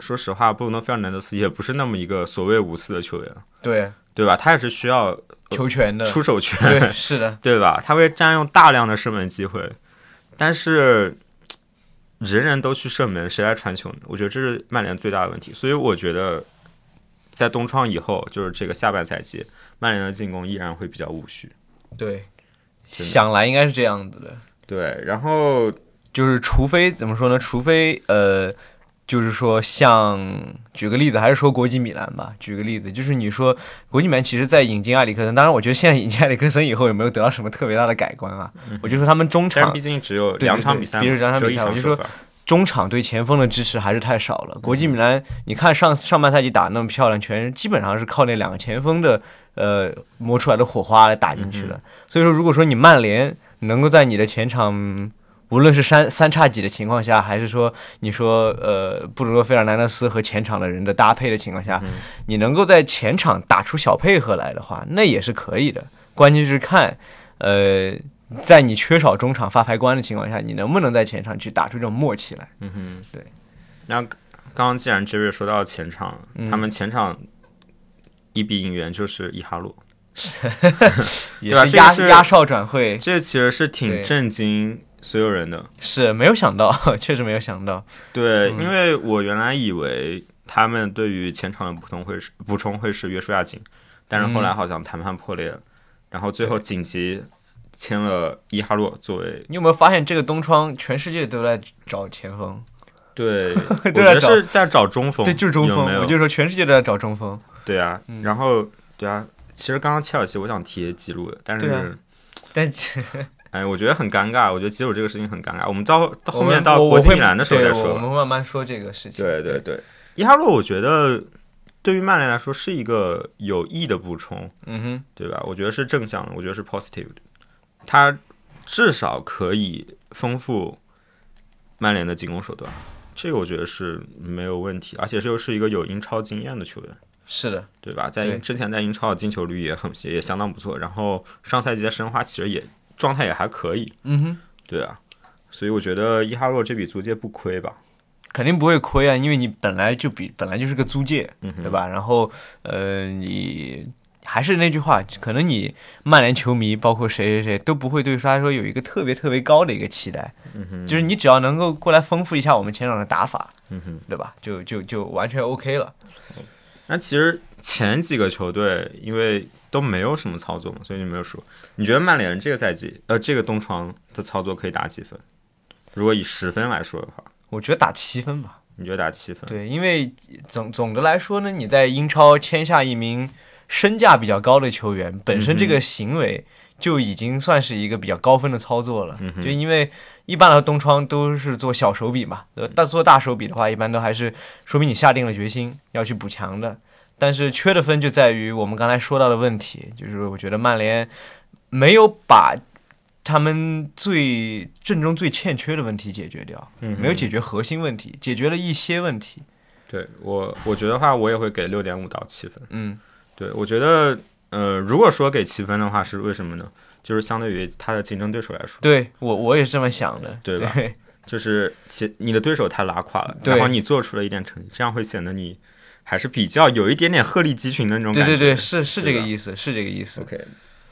A: 说实话，布鲁诺·费尔南德斯也不是那么一个所谓无私的球员，
B: 对，
A: 对吧？他也是需要
B: 球权的，
A: 出手权，
B: 对，是的，
A: 对吧？他会占用大量的射门机会，但是嘖人人都去射门，谁来传球呢？我觉得这是曼联最大的问题。所以我觉得，在东窗以后，就是这个下半赛季，曼联的进攻依然会比较无序。
B: 对，
A: 真的
B: 想来应该是这样子的，
A: 对，然后
B: 就是除非怎么说呢？除非呃，就是说像举个例子，还是说国际米兰吧。举个例子，就是你说国际米兰其实，在引进埃里克森，当然我觉得现在引进埃里克森以后也没有得到什么特别大的改观啊。我就说他们中
A: 嗯但是
B: 场
A: 毕竟只有
B: 对
A: 两场
B: 对
A: 比赛嘛，
B: 比如两场
A: 只有
B: 比
A: 一
B: 赛我
A: 场
B: 就
A: 首
B: 说
A: 发。
B: 中场对前锋的支持还是太少了。国际米兰，你看上上半赛季打得那么漂亮，全基本上是靠那两个前锋的呃磨出来的火花来打进去的。所以说，如果说你曼联能够在你的前场，无论是三三叉戟的情况下，还是说你说呃布鲁诺费尔南德斯和前场的人的搭配的情况下，你能够在前场打出小配合来的话，那也是可以的。关键是看呃。在你缺少中场发牌官的情况下，你能不能在前场去打出这种默契来？
A: 嗯哼，
B: 对。
A: 那刚刚既然 Jerry 说到前场，
B: 嗯
A: 他们前场一比引援就是伊哈洛，
B: 也
A: 对吧
B: 是
A: 这个
B: 压
A: 是
B: 压哨转会，
A: 这其实是
B: 对
A: 挺震惊所有人的。
B: 是没有想到， [LAUGHS] 确实没有想到。
A: 对，
B: 嗯
A: 因为我原来以为他们对于前场的补充会是补充会是约书亚进，但是后
B: 嗯
A: 来好像谈判破裂了，然后最后紧急签了伊哈洛作为
B: 你有没有发现这个东窗全世界都在找前锋？
A: 对，我
B: [LAUGHS] 对
A: 觉
B: 啊
A: 得
B: 找
A: 是在找中锋，
B: 对，就是嗯中锋。
A: 有没有
B: 我就说全世界都在找中锋。
A: 对啊，然后对啊，其实刚刚切尔西我想提记录的，但是、
B: 对啊但是
A: 哎，我觉得很尴尬，我觉得记录这个事情很尴尬，我们到到
B: 我
A: 后
B: 们
A: 面到
B: 我
A: 国际
B: 我会
A: 米兰的时候
B: 对
A: 再说
B: 我
A: 吧
B: 们。会慢慢说这个事情。
A: 对对对，伊哈洛我觉得对于曼联来说是一个有益的补充。
B: 嗯哼，
A: 对吧？我觉得是正向的，我觉得是 positive 的，它至少可以丰富曼联的进攻手段，这个我觉得是没有问题，而且这又是一个有英超经验的球员，
B: 是的，
A: 对吧？在
B: 对
A: 英之前在英超的进球率也很也也相当不错，然后上赛季在申花其实也状态也还可以，
B: 嗯哼，
A: 对啊，所以我觉得伊哈洛这笔租借不亏吧？
B: 肯定不会亏啊，因为你本来就比本来就是个租借，
A: 嗯哼，
B: 对？吧？然后呃，你还是那句话，可能你曼联球迷包括谁谁谁都不会对他说有一个特别特别高的一个期待，
A: 嗯哼，
B: 就是你只要能够过来丰富一下我们前场的打法，
A: 嗯哼。
B: 对吧？就就就完全 OK 了。
A: 那其实前几个球队因为都没有什么操作嘛，所以就没有输。你觉得曼联这个赛季，呃，这个东窗的操作可以打几分？如果以十分来说的话，
B: 我觉得打七分吧。
A: 你觉得打七分？
B: 对，因为总总的来说呢，你在英超签下一名身价比较高的球员，本身这
A: 嗯
B: 个行为就已经算是一个比较高分的操作了。
A: 嗯哼
B: 就因为一般的东窗都是做小手笔嘛，呃
A: 嗯
B: 但做大手笔的话，一般都还是说明你下定了决心要去补强的。但是缺的分就在于我们刚才说到的问题，就是我觉得曼联没有把他们最阵中最欠缺的问题解决掉，
A: 嗯哼
B: 没有解决核心问题，解决了一些问题。
A: 对我，我觉得话我也会给六点五到七分。
B: 嗯，
A: 对我觉得，呃，如果说给七分的话，是为什么呢？就是相对于他的竞争对手来说，
B: 对我我也是这么想的，
A: 对吧
B: 对
A: 就是其你的对手太拉垮了，
B: 对
A: 然后你做出了一点成绩，这样会显得你还是比较有一点点鹤立鸡群的那种
B: 对
A: 感觉。
B: 对对，是是这
A: 对
B: 个
A: 吧
B: 意思，是这个意思。
A: OK，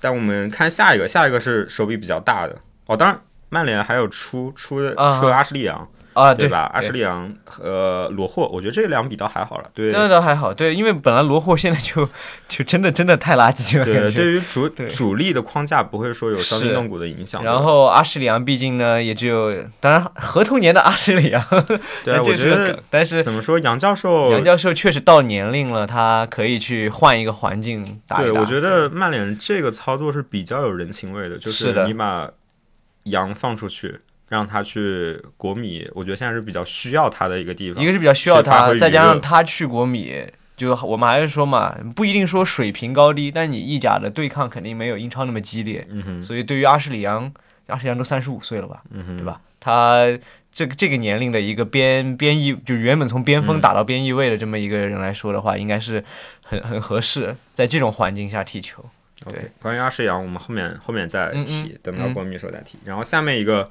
A: 但我们看下一个，下一个是手笔比较大的哦。当然，曼联还有出出的
B: 啊
A: 出了阿什利杨，
B: 啊，
A: 对
B: 对
A: 吧？阿什利杨和罗霍，我觉得这两笔倒还好了。对
B: 这倒还好，对，因为本来罗霍现在就就真的真的太垃圾了，
A: 对，
B: 感觉。
A: 对于主
B: [LAUGHS] 对
A: 主力的框架不会说有伤筋
B: 是
A: 动骨的影响。
B: 然后阿什里昂毕竟呢，也只有当然合同年的阿什里昂， [LAUGHS]
A: 对啊
B: 这
A: 我
B: 是
A: 觉
B: 个
A: 得
B: 梗但是
A: 怎么说，杨教授，
B: 杨教授确实到年龄了，他可以去换一个环境打一
A: 对
B: 打。
A: 我觉得曼联这个操作是比较有人情味的，就是
B: 的
A: 你把杨放出去。让他去国米，我觉得现在是比较需要他的一个地方。
B: 一个是比较需要
A: 去发
B: 他，
A: 挥
B: 再
A: 余
B: 加上
A: 热
B: 他去国米，就我们还是说嘛，不一定说水平高低，但你意甲的对抗肯定没有英超那么激烈。
A: 嗯哼，
B: 所以对于阿什里昂，阿什里昂都三十五岁了吧，
A: 嗯哼，
B: 对吧？他这个这个年龄的一个边边翼，就原本从边锋打到边翼位的这么一个人来说的话，应该是很很合适，在这种环境下踢球。
A: OK，
B: 对
A: 关于阿诗阳，我们后面后面再
B: 嗯嗯
A: 提，等到
B: 嗯
A: 国米的时候再提。然后下面一个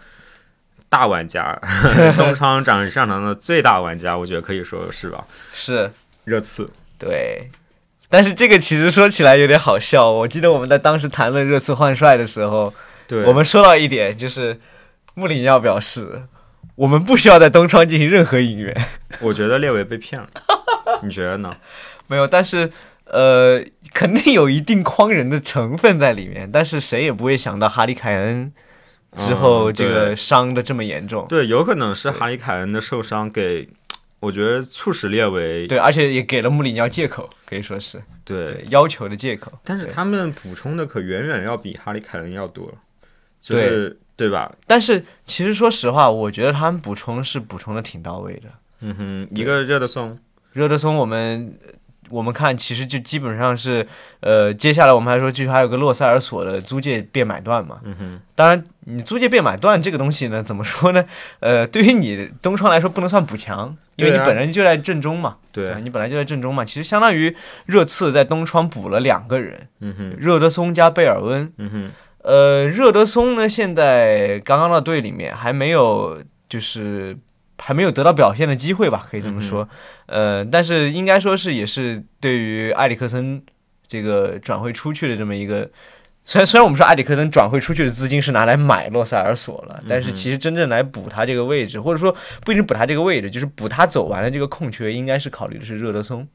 A: 大玩
B: [LAUGHS]
A: 家，东昌展示上场的最大玩家，我觉得可以说是吧？
B: 是，
A: 热刺，
B: 对。但是这个其实说起来有点好笑，我记得我们在当时谈论热刺换帅的时候，
A: 对，
B: 我们说到一点，就是穆里尼奥表示，我们不需要在东窗进行任何引援。
A: 我觉得列维被
B: [LAUGHS]
A: 骗了，你觉得呢？
B: 没有，但是呃，肯定有一定诓人的成分在里面。但是谁也不会想到哈利凯恩之后
A: 嗯
B: 这
A: 对
B: 个伤的这么严重。
A: 对，有可能是哈里凯恩的受伤给，我觉得促使列维
B: 对，而且也给了穆里尼奥借口，可以说是
A: 对
B: 对要求的借口。
A: 但是
B: 对
A: 他们补充的可远远要比哈里凯恩要多，就
B: 对
A: 是对吧？
B: 但是其实说实话，我觉得他们补充是补充的挺到位的。
A: 嗯哼，一个热的松，
B: 热德松我们。我们看，其实就基本上是，呃，接下来我们还说，就是还有个洛塞尔索的租借变买断嘛，
A: 嗯哼，
B: 当然，你租借变买断这个东西呢，怎么说呢？ [LAUGHS] 呃，对于你东窗来说不能算补强，因为
A: 对
B: 你
A: 啊
B: 本来就在正中嘛，
A: 对
B: 吧你本来就在正中嘛。其实相当于热刺在东窗补了两个人，
A: 嗯哼，
B: 热德松加贝尔温。
A: 嗯哼，
B: 呃，热德松呢，现在刚刚到队里面，还没有就是还没有得到表现的机会吧，可以这么说。呃，但是应该说是也是对于埃里克森这个转会出去的这么一个。虽然虽然我们说埃里克森转会出去的资金是拿来买洛塞尔索了，但是其实真正来补他这个位置，或者说不一定补他这个位置，就是补他走完了这个空缺，应该是考虑的是热德松。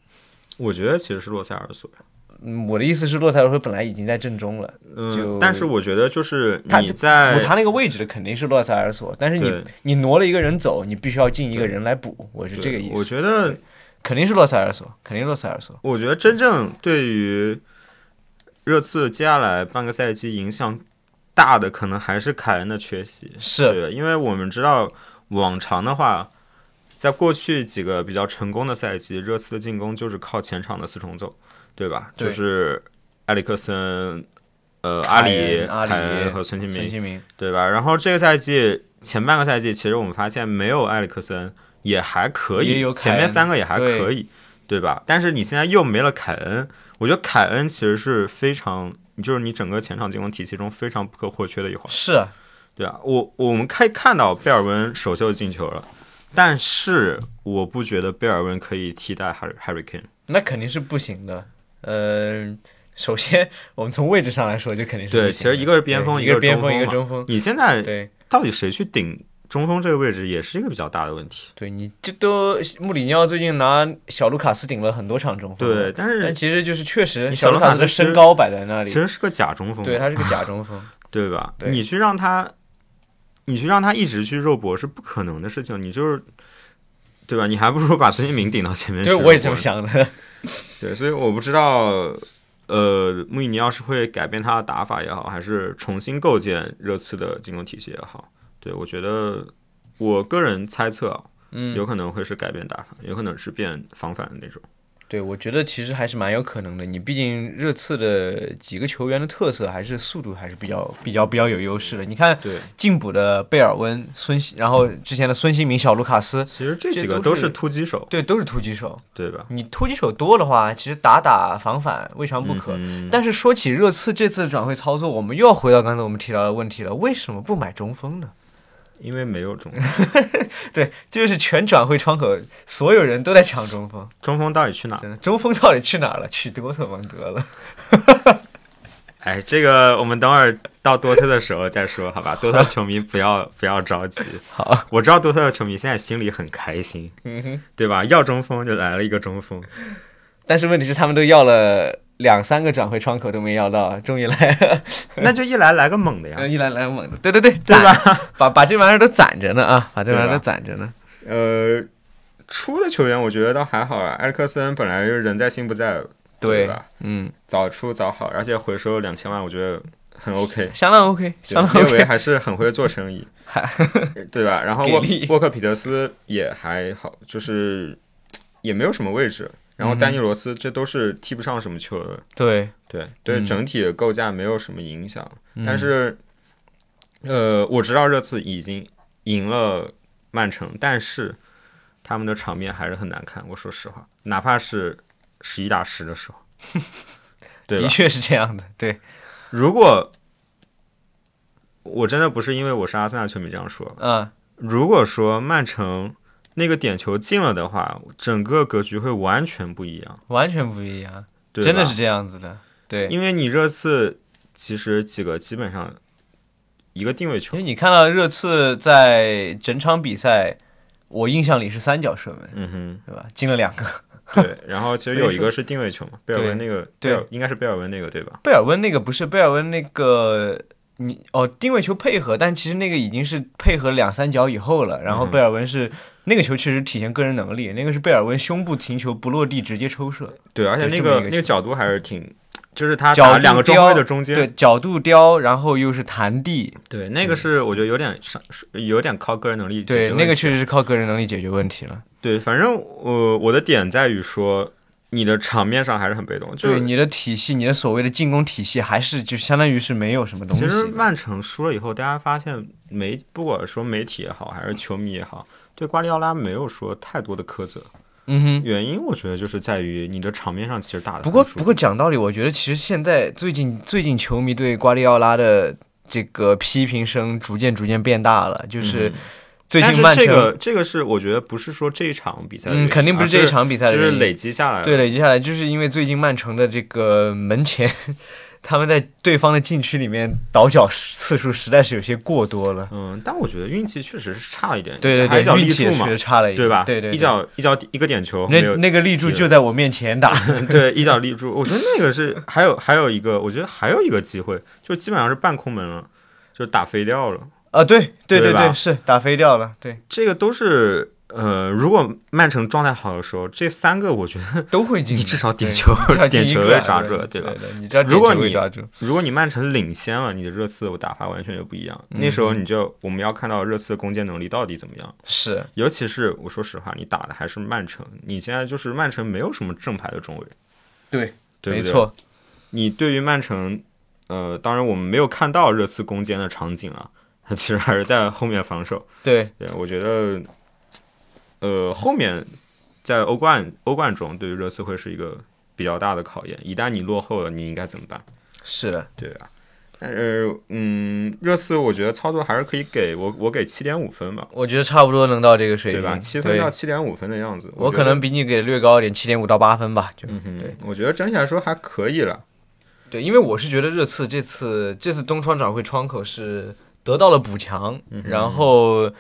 A: 我觉得其实是洛塞尔索。
B: 嗯，我的意思是洛塞尔索本来已经在正中了，
A: 嗯
B: 就，
A: 但是我觉得就是
B: 他
A: 你
B: 就
A: 在
B: 补他那个位置的肯定是洛塞尔索，但是
A: 哎对
B: 你你挪了一个人走，你必须要进一个人来补，我是
A: 对
B: 这个意
A: 我
B: 思。
A: 觉得，
B: 肯定是洛塞尔索，肯定是洛塞尔索。
A: 我觉得真正对于热刺接下来半个赛季影响大的，可能还是凯恩的缺席。
B: 是
A: 对，因为我们知道往常的话，在过去几个比较成功的赛季，热刺的进攻就是靠前场的四重奏，对吧？
B: 对
A: 就是埃里克森、呃
B: 凯
A: 阿里、
B: 恩阿里
A: 凯恩和孙兴
B: 孙
A: 民，
B: 兴民，
A: 对吧？然后这个赛季前半个赛季，其实我们发现没有埃里克森也还可
B: 也
A: 以，
B: 有
A: 前
B: 凯
A: 面
B: 恩
A: 三个也还
B: 对
A: 可以，对吧？但是你现在又没了凯恩，我觉得凯恩其实是非常，就是你整个前场进攻体系中非常不可或缺的一环。
B: 是啊
A: 对啊，我我们可以看到贝尔温首秀进球了，但是我不觉得贝尔温可以替代 Harry Harry Kane。
B: 那肯定是不行的。呃，首先我们从位置上来说，就肯定是
A: 对，
B: 不
A: 其
B: 行
A: 实
B: 的
A: 一个是边锋，
B: 对一
A: 个是
B: 边
A: 锋，
B: 锋，一个中锋。
A: 你现在
B: 对
A: 到底谁去顶中锋这个位置，也是一个比较大的问题。
B: 对，你这都穆里尼奥最近拿小卢卡斯顶了很多场中锋，
A: 对，，但是
B: 嗯但其实就是确实
A: 你小
B: 小
A: 卢
B: 卢
A: 卡
B: 卡
A: 斯
B: 斯的
A: 是
B: 身高摆在那
A: 其
B: 里，
A: 实是个假中锋，
B: 对他是个假
A: [LAUGHS]
B: 中锋。
A: 对吧？
B: 对
A: 你去让他，你去让他一直去肉搏是不可能的事情，你就是。对吧？你还不如把孙兴民顶到前面去。
B: 对，我也这么。想的。
A: 对，所以我不知道，呃，穆里尼奥是会改变他的打法也好，还是重新构建热刺的进攻体系也好。对我觉得，我个人猜测啊，
B: 嗯，
A: 有可能会是改变打法，有可能是变防反的那种。
B: 对，我觉得其实还是蛮有可能的。你毕竟热刺的几个球员的特色还是速度还是比较比较比较有优势的。你看
A: 对
B: 进补的贝尔温、孙兴，然后之前的孙兴民、小卢卡斯，
A: 其实这
B: 这
A: 几个
B: 都
A: 都
B: 是
A: 是突击手，
B: 对，都是突击手。
A: 对吧？
B: 你突击手多的话，其实打打防反未尝不可。
A: 嗯哼
B: 但是说起热刺这次的转会操作，我们又要回到刚才我们提到的问题了：为什么不买中锋呢？ [LAUGHS]
A: 因为没有中锋
B: 对，这就是全转会窗口所有人都在抢中锋，
A: 中锋到底去哪儿？
B: 真的，中锋到底去哪儿了？去多特蒙德了。 [LAUGHS]
A: 哎，这个我们等会儿到多特的时候再说，好吧？多特球迷不要不要着急。
B: 好，
A: 我知道多特的球迷现在心里很开心，
B: 嗯哼。
A: 对吧？要中锋就来了一个中锋，
B: 但是问题是，他们都要了两三个转会窗口都没要到，终于来
A: [LAUGHS]
B: 了，
A: 那就一来来个猛的呀
B: 呃，。一来来猛的，对对对，对吧？ [LAUGHS] 把把这玩意儿都攒着呢啊，把这玩意儿
A: 对
B: 都
A: 吧
B: 攒着呢。
A: [LAUGHS] 呃，出的球员我觉得倒还好啊。埃里克森本来就是人在心不在，对吧？
B: 嗯，
A: 早出早好，而且回收两千万，我觉得很 OK。
B: 相当 OK，相当
A: 对列维
B: OK，
A: 还是很会做生
B: [LAUGHS]
A: 意，对吧？然后
B: 给
A: 沃
B: 力
A: 沃克皮特斯也还好，就是也没有什么位置。然后
B: 嗯
A: 丹尼罗斯这都是踢不上什么球的，
B: 对，
A: 对对，
B: 嗯
A: 整体的构架没有什么影响。但是，呃，我知道热刺已经赢了曼城，但是他们的场面还是很难看。我说实话，哪怕是十一打十的时候， [LAUGHS] 对吧
B: 的？确是这样的，对，
A: 如果我真的不是因为我是阿森纳球迷这样说，
B: 嗯，
A: 如果说曼城那个点球进了的话，整个格局会完全不一样，
B: 完全不一样，
A: 对
B: 真的
A: 吧
B: 是这样子的，对。
A: 因为你热刺其实几个基本上一个定位
B: 其
A: 球
B: 实，你看到热刺在整场比赛，我印象里是三脚射门，
A: [LAUGHS] 嗯
B: 对吧？进了两个，
A: 哼，对。然后其实
B: 所以
A: 有一
B: 说
A: 个是定位球嘛，贝尔温那个，
B: 对
A: 贝尔应该是贝尔温那个对吧？
B: 贝尔温那个不是贝尔温那个，你哦定位球配合，但其实那个已经是配合两三脚以后了。然后贝尔温是、那个球确实体现个人能力，那个是贝尔温胸部停球不落地直接抽射，
A: 对，而且
B: 对
A: 那
B: 这么
A: 个
B: 一个
A: 那个
B: 球
A: 角度还是挺，就是他
B: 角
A: 打
B: 度
A: 啊两个中
B: 刁
A: 卫的中间，
B: 对角度刁，然后又是弹地，
A: 对，那个是我觉得有点上，有点嗯靠个人能力解决
B: 对
A: 问
B: 那个
A: 题
B: 确实是靠个人能力解决问题了。
A: 对，反正我我的点在于说，你的场面上还是很被动。就是
B: 对你的体系，你的所谓的进攻体系，还是就相当于是没有什么东西
A: 其实
B: 的。
A: 曼城输了以后，大家发现媒不管说媒体也好，还是球迷也好，对瓜迪奥拉没有说太多的苛责。
B: 嗯哼。
A: 原因我觉得就是在于你的场面上其实打的
B: 不过不过讲道理，我觉得其实现在最近最近球迷对瓜迪奥拉的这个批评声逐渐逐渐变大了，就是最近曼
A: 嗯但
B: 城
A: 是这个这个是我觉得不是说这一场比赛的
B: 嗯
A: 原因，
B: 肯定不
A: 而
B: 是这一场比赛的
A: 就是
B: 原因
A: 累积下来了。
B: 对累积下来，就是因为最近曼城的这个门前， [LAUGHS] 他们在对方的禁区里面倒脚次数实在是有些过多了。
A: 嗯，但我觉得运气确实是差了一点，
B: 对
A: 还
B: 对
A: 一脚
B: 对，运
A: 立
B: 气也
A: 柱
B: 确
A: 嘛，
B: 实差了一
A: 对
B: 点，
A: 吧？
B: 对对，
A: 一脚一脚一个点球，
B: 那
A: 没有
B: 那个立柱就在我面前
A: [LAUGHS]
B: 打，
A: 对，一脚立柱，我觉得那个是还有还有一个，我觉得还有一个机会，就基本上是半空门了，就打飞掉了。
B: 啊，对对
A: 对吧
B: 对，是打飞掉了，对，
A: 这个都是呃，如果曼城状态好的时候，这三个我觉得，
B: 都会进的。
A: 你至少点
B: 对 [LAUGHS]
A: 球
B: 至少进
A: 点
B: 一
A: 球
B: 个
A: 也抓
B: 对
A: 住了对吧
B: 的？你只要
A: 如果
B: 点球也
A: 你
B: 抓住，
A: 如果你曼城领先了，你的热刺我打法完全就不一样。那时候
B: 嗯
A: 你就我们要看到热刺的攻坚能力到底怎么样，
B: 是
A: 尤其是我说实话，你打的还是曼城，你现在就是曼城没有什么正牌的中卫，
B: 对，
A: 对
B: 没
A: 不对？
B: 错，
A: 你对于曼城，呃，当然我们没有看到热刺攻坚的场景啊， [LAUGHS] 他其实还是在后面防守。
B: 对，
A: 对，我觉得，呃，后面在欧冠欧冠中，对于热刺会是一个比较大的考验。一旦你落后了，你应该怎么办？
B: 是的，
A: 对吧？但是，嗯，热刺我觉得操作还是可以给我，我给七点五分吧，
B: 我觉得差不多能到这个水
A: 对
B: 平，
A: 吧？七分
B: 对
A: 到七点五分的样子，
B: 我
A: 觉
B: 可能
A: 得，
B: 比你给略高一点，七点五到八分吧，就
A: 嗯哼
B: 对，
A: 我觉得整体来说还可以了。
B: 对，因为我是觉得热刺这次这次东窗转会窗口是得到了补强，
A: 嗯
B: 然后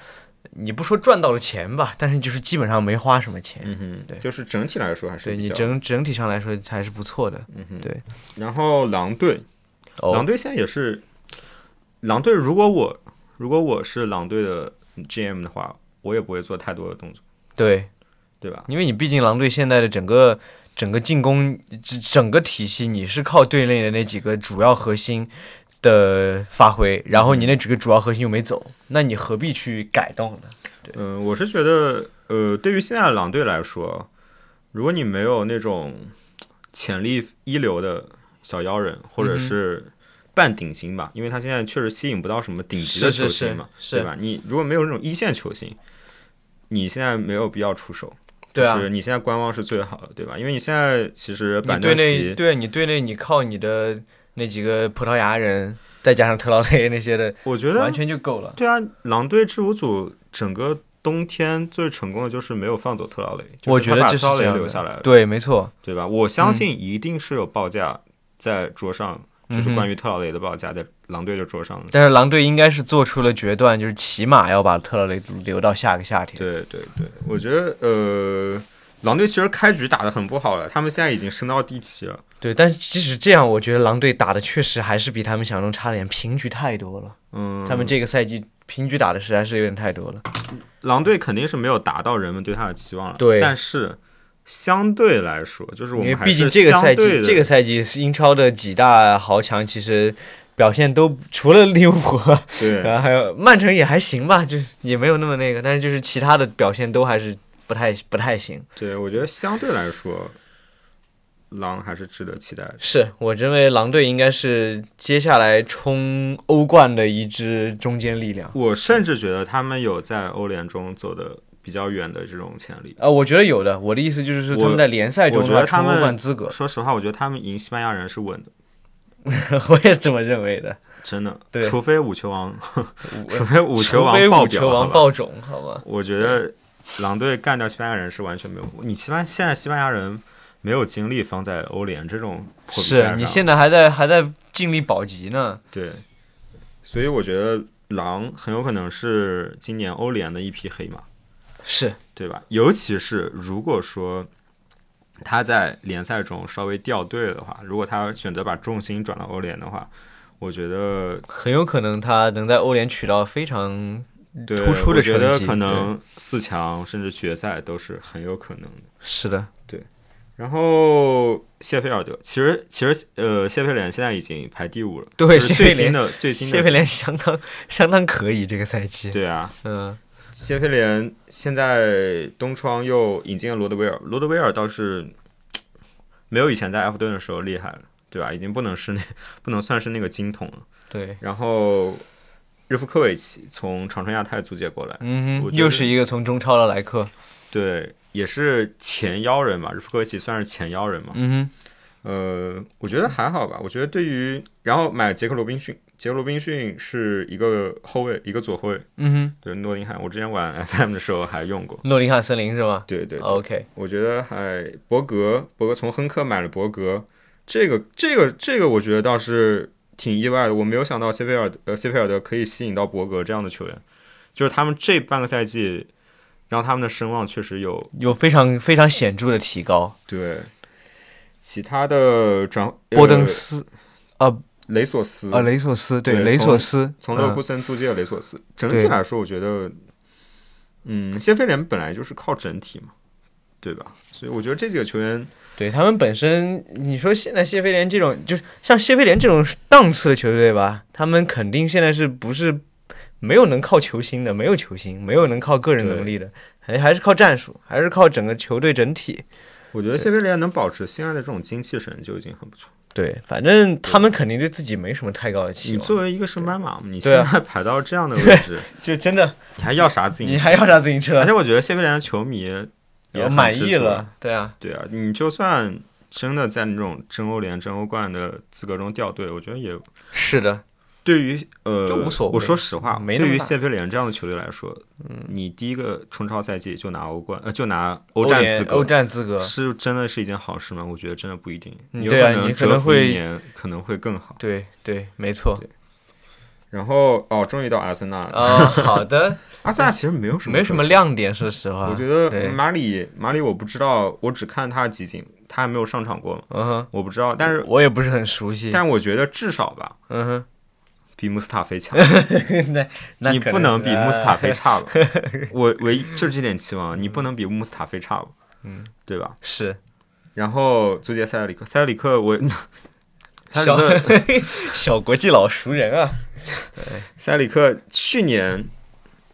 B: 你不说赚到了钱吧，但是就是基本上没花什么钱，
A: 嗯哼，
B: 对
A: 就是整体来说还是
B: 对
A: 比
B: 你
A: 较。
B: 整整体上来说还是不错的，
A: 嗯哼
B: 对，
A: 然后狼队，狼
B: 哦，
A: 队现在也是，狼队如果我如果我是狼队的 GM 的话，我也不会做太多的动作，
B: 对，
A: 对吧？
B: 因为你毕竟狼队现在的整个整个进攻整整个体系，你是靠队内的那几个主要核心的发挥，然后你那几个主要核心又没走，那你何必去改动呢？
A: 嗯、我是觉得，呃，对于现在的狼队来说，如果你没有那种潜力一流的小妖人，或
B: 嗯
A: 者是半顶薪吧，因为他现在确实吸引不到什么顶级的球
B: 是是
A: 星嘛，
B: 是是
A: 对吧？你如果没有这种一线球星，你现在没有必要出手。
B: 对啊
A: 就，是你现在观望是最好的，对吧？因为你现在其实
B: 你
A: 板
B: 对
A: 凳
B: 那
A: 席
B: 对你对那你靠你的那几个葡萄牙人，再加上特劳雷那些的，
A: 我觉得
B: 完全就够了。
A: 对啊，狼队制服组整个冬天最成功的就是没有放走特劳雷，就是
B: 我觉得
A: 他把
B: 这是
A: 特劳
B: 这
A: 雷
B: 样
A: 留
B: 的
A: 下来了，
B: 对，没嗯错，
A: 对吧？我相信一定是有报价在桌上，
B: 嗯
A: 就是关于特劳雷的报价在狼队的桌上的。
B: 但是狼队应该是做出了决断，就是起码要把特劳雷留到下个夏天。
A: 对对对，我觉得呃，狼队其实开局打得很不好了，他们现在已经升到第七了。
B: 对，但即使这样，我觉得狼队打的确实还是比他们想象中差点，平局太多了。
A: 嗯，
B: 他们这个赛季平局打的实在是有点太多了。
A: 狼队肯定是没有达到人们对他的期望了，
B: 对
A: 但是相对来说，就是我
B: 因为
A: 们还
B: 毕
A: 是
B: 竟这个赛
A: 相对
B: 季，
A: 的
B: 这个赛季英超的几大豪强其实表现都除了利物浦，啊
A: 对
B: 然后还有曼城也还行吧，就也没有那么那个，但是就是其他的表现都还是不太不太行。
A: 对，我觉得相对来说，狼还是值得期待的。
B: 是我认为狼队应该是接下来冲欧冠的一支中坚力量。
A: 我甚至觉得他们有在欧联中走的比较远的这种潜力。
B: 啊，我觉得有的。我的意思就是说，
A: 我
B: 他们在联赛中
A: 我觉得
B: 的
A: 他
B: 冲欧
A: 们
B: 冠资格，
A: 说实话，我觉得他们赢西班牙人是稳的，
B: [LAUGHS] 我也这么认为的。
A: 真的。
B: 对
A: 除非五球
B: [LAUGHS]
A: 王，除非 [LAUGHS] 五球
B: 除非
A: 王
B: 五
A: 爆表，
B: 球
A: 好
B: 王
A: 吧
B: 爆种，好吧？
A: 我觉得狼队干掉西班牙人是完全没有。你西班现在西班牙人没有精力放在欧联这种破比赛
B: 是
A: 上
B: 你现在还在还在尽力保级呢。
A: 对，所以我觉得狼很有可能是今年欧联的一匹黑马。
B: 是，
A: 对吧？尤其是如果说他在联赛中稍微掉队的话，如果他选择把重心转到欧联的话，我觉得
B: 很有可能他能在欧联取到非常
A: 对
B: 嗯突出的
A: 我觉得
B: 成绩
A: 可能四强甚至决赛都是很有可能的。
B: 是的，
A: 然后谢菲尔德，其实其实呃，谢菲联现在已经排第五了，
B: 对
A: 就是
B: 谢
A: 最
B: 菲
A: 新
B: 联
A: 的最新的
B: 谢菲联相当相当可以这个赛季。
A: 对啊，
B: 嗯，
A: 谢菲联现在东窗又引进了罗德威尔，罗德威尔倒是没有以前在埃弗顿的时候厉害了，对吧？已经不能是那不能算是那个金童了。
B: 对，
A: 然后日夫科维奇从长春亚泰租借过来，
B: 嗯
A: 我
B: 哼，
A: 觉得
B: 又是一个从中超的来客。
A: 对，也是前腰人嘛，日夫科维奇算是前腰人嘛。
B: 嗯
A: 呃，我觉得还好吧。我觉得对于然后买杰克罗宾逊，杰克罗宾逊是一个后卫，一个左后卫，
B: 哼，嗯
A: 对诺丁汉，我之前玩 FM 的时候还用过。
B: 哼，诺丁汉森林是吗
A: 对对对
B: ？OK，
A: 我觉得还伯格，伯格从亨克买了伯格，这个这个这个，我觉得倒是挺意外的。我没有想到谢菲尔德呃谢菲尔德可以吸引到伯格这样的球员，就是他们这半个赛季让他们的声望确实有
B: 有非常非常显著的提高。
A: 对。其他的转呃
B: 波登斯
A: 雷索斯
B: 啊，雷索斯，
A: 对
B: 对，雷
A: 从
B: 索斯
A: 从勒
B: 嗯
A: 沃库森租借了雷索斯。整体
B: 对
A: 来说，我觉得，嗯，谢菲联本来就是靠整体嘛，对吧？所以我觉得这几个球员
B: 对他们本身，你说现在谢菲联这种，就是像谢菲联这种档次的球队吧，他们肯定现在是不是没有能靠球星的，没有球星，没有能靠个人能力的，还还是靠战术，还是靠整个球队整体。
A: 我觉得谢菲联能保持现在的这种精气神就已经很不错。
B: 对，反正他们肯定对自己没什么太高的期
A: 你
B: 望，
A: 作为一个升班马，你现
B: 对啊
A: 在排到这样的位置，
B: 就真的
A: 你还要啥自
B: 你
A: 行车？
B: 还要啥自行车
A: 而？且我觉得谢菲联的球迷也
B: 也
A: 很
B: 满
A: 知
B: 意
A: 足。
B: 了，对啊，
A: 对啊，你就算真的在那种争欧联、争欧冠的资格中掉队，我觉得也
B: 是的，
A: 对于呃，
B: 就无所谓
A: 我说实话，
B: 没那
A: 对
B: 么
A: 于
B: 大嗯
A: 谢菲联这样的球队来说，你第一个冲超赛季就拿欧冠，呃，就拿
B: 欧
A: 欧战
B: 联
A: 资格，
B: 欧战资格，
A: 是真的是一件好事吗？我觉得真的不一定，
B: 嗯
A: 有
B: 对啊你可
A: 折
B: 能
A: 服
B: 会
A: 一年可能会更好。
B: 对对，没错
A: 然后哦，终于到阿森纳了。
B: 啊、好的，
A: 阿森纳其实没有 [LAUGHS] 什么，
B: 没什么。亮点，说实话，
A: 我觉得
B: 对，
A: 马里马里我不知道，我只看他集锦，他还没有上场过嘛，
B: 嗯哼。
A: 我不知道。但是
B: 我也不是很熟悉。
A: 但我觉得至少吧，
B: 嗯哼，
A: 比穆斯塔菲强。
B: 那 [LAUGHS] 那
A: 你
B: 可
A: 不能
B: 是
A: 比穆斯塔菲
B: 呃
A: 差吧？
B: [LAUGHS]
A: 我唯一就是这点期望，你不能比穆斯塔菲差吧？
B: 嗯，
A: 对吧？
B: 是
A: 然后租借塞尔里克，塞尔里克我， [LAUGHS] 塞尔
B: 小
A: 里克
B: 小国际老熟人啊。
A: 塞里克去年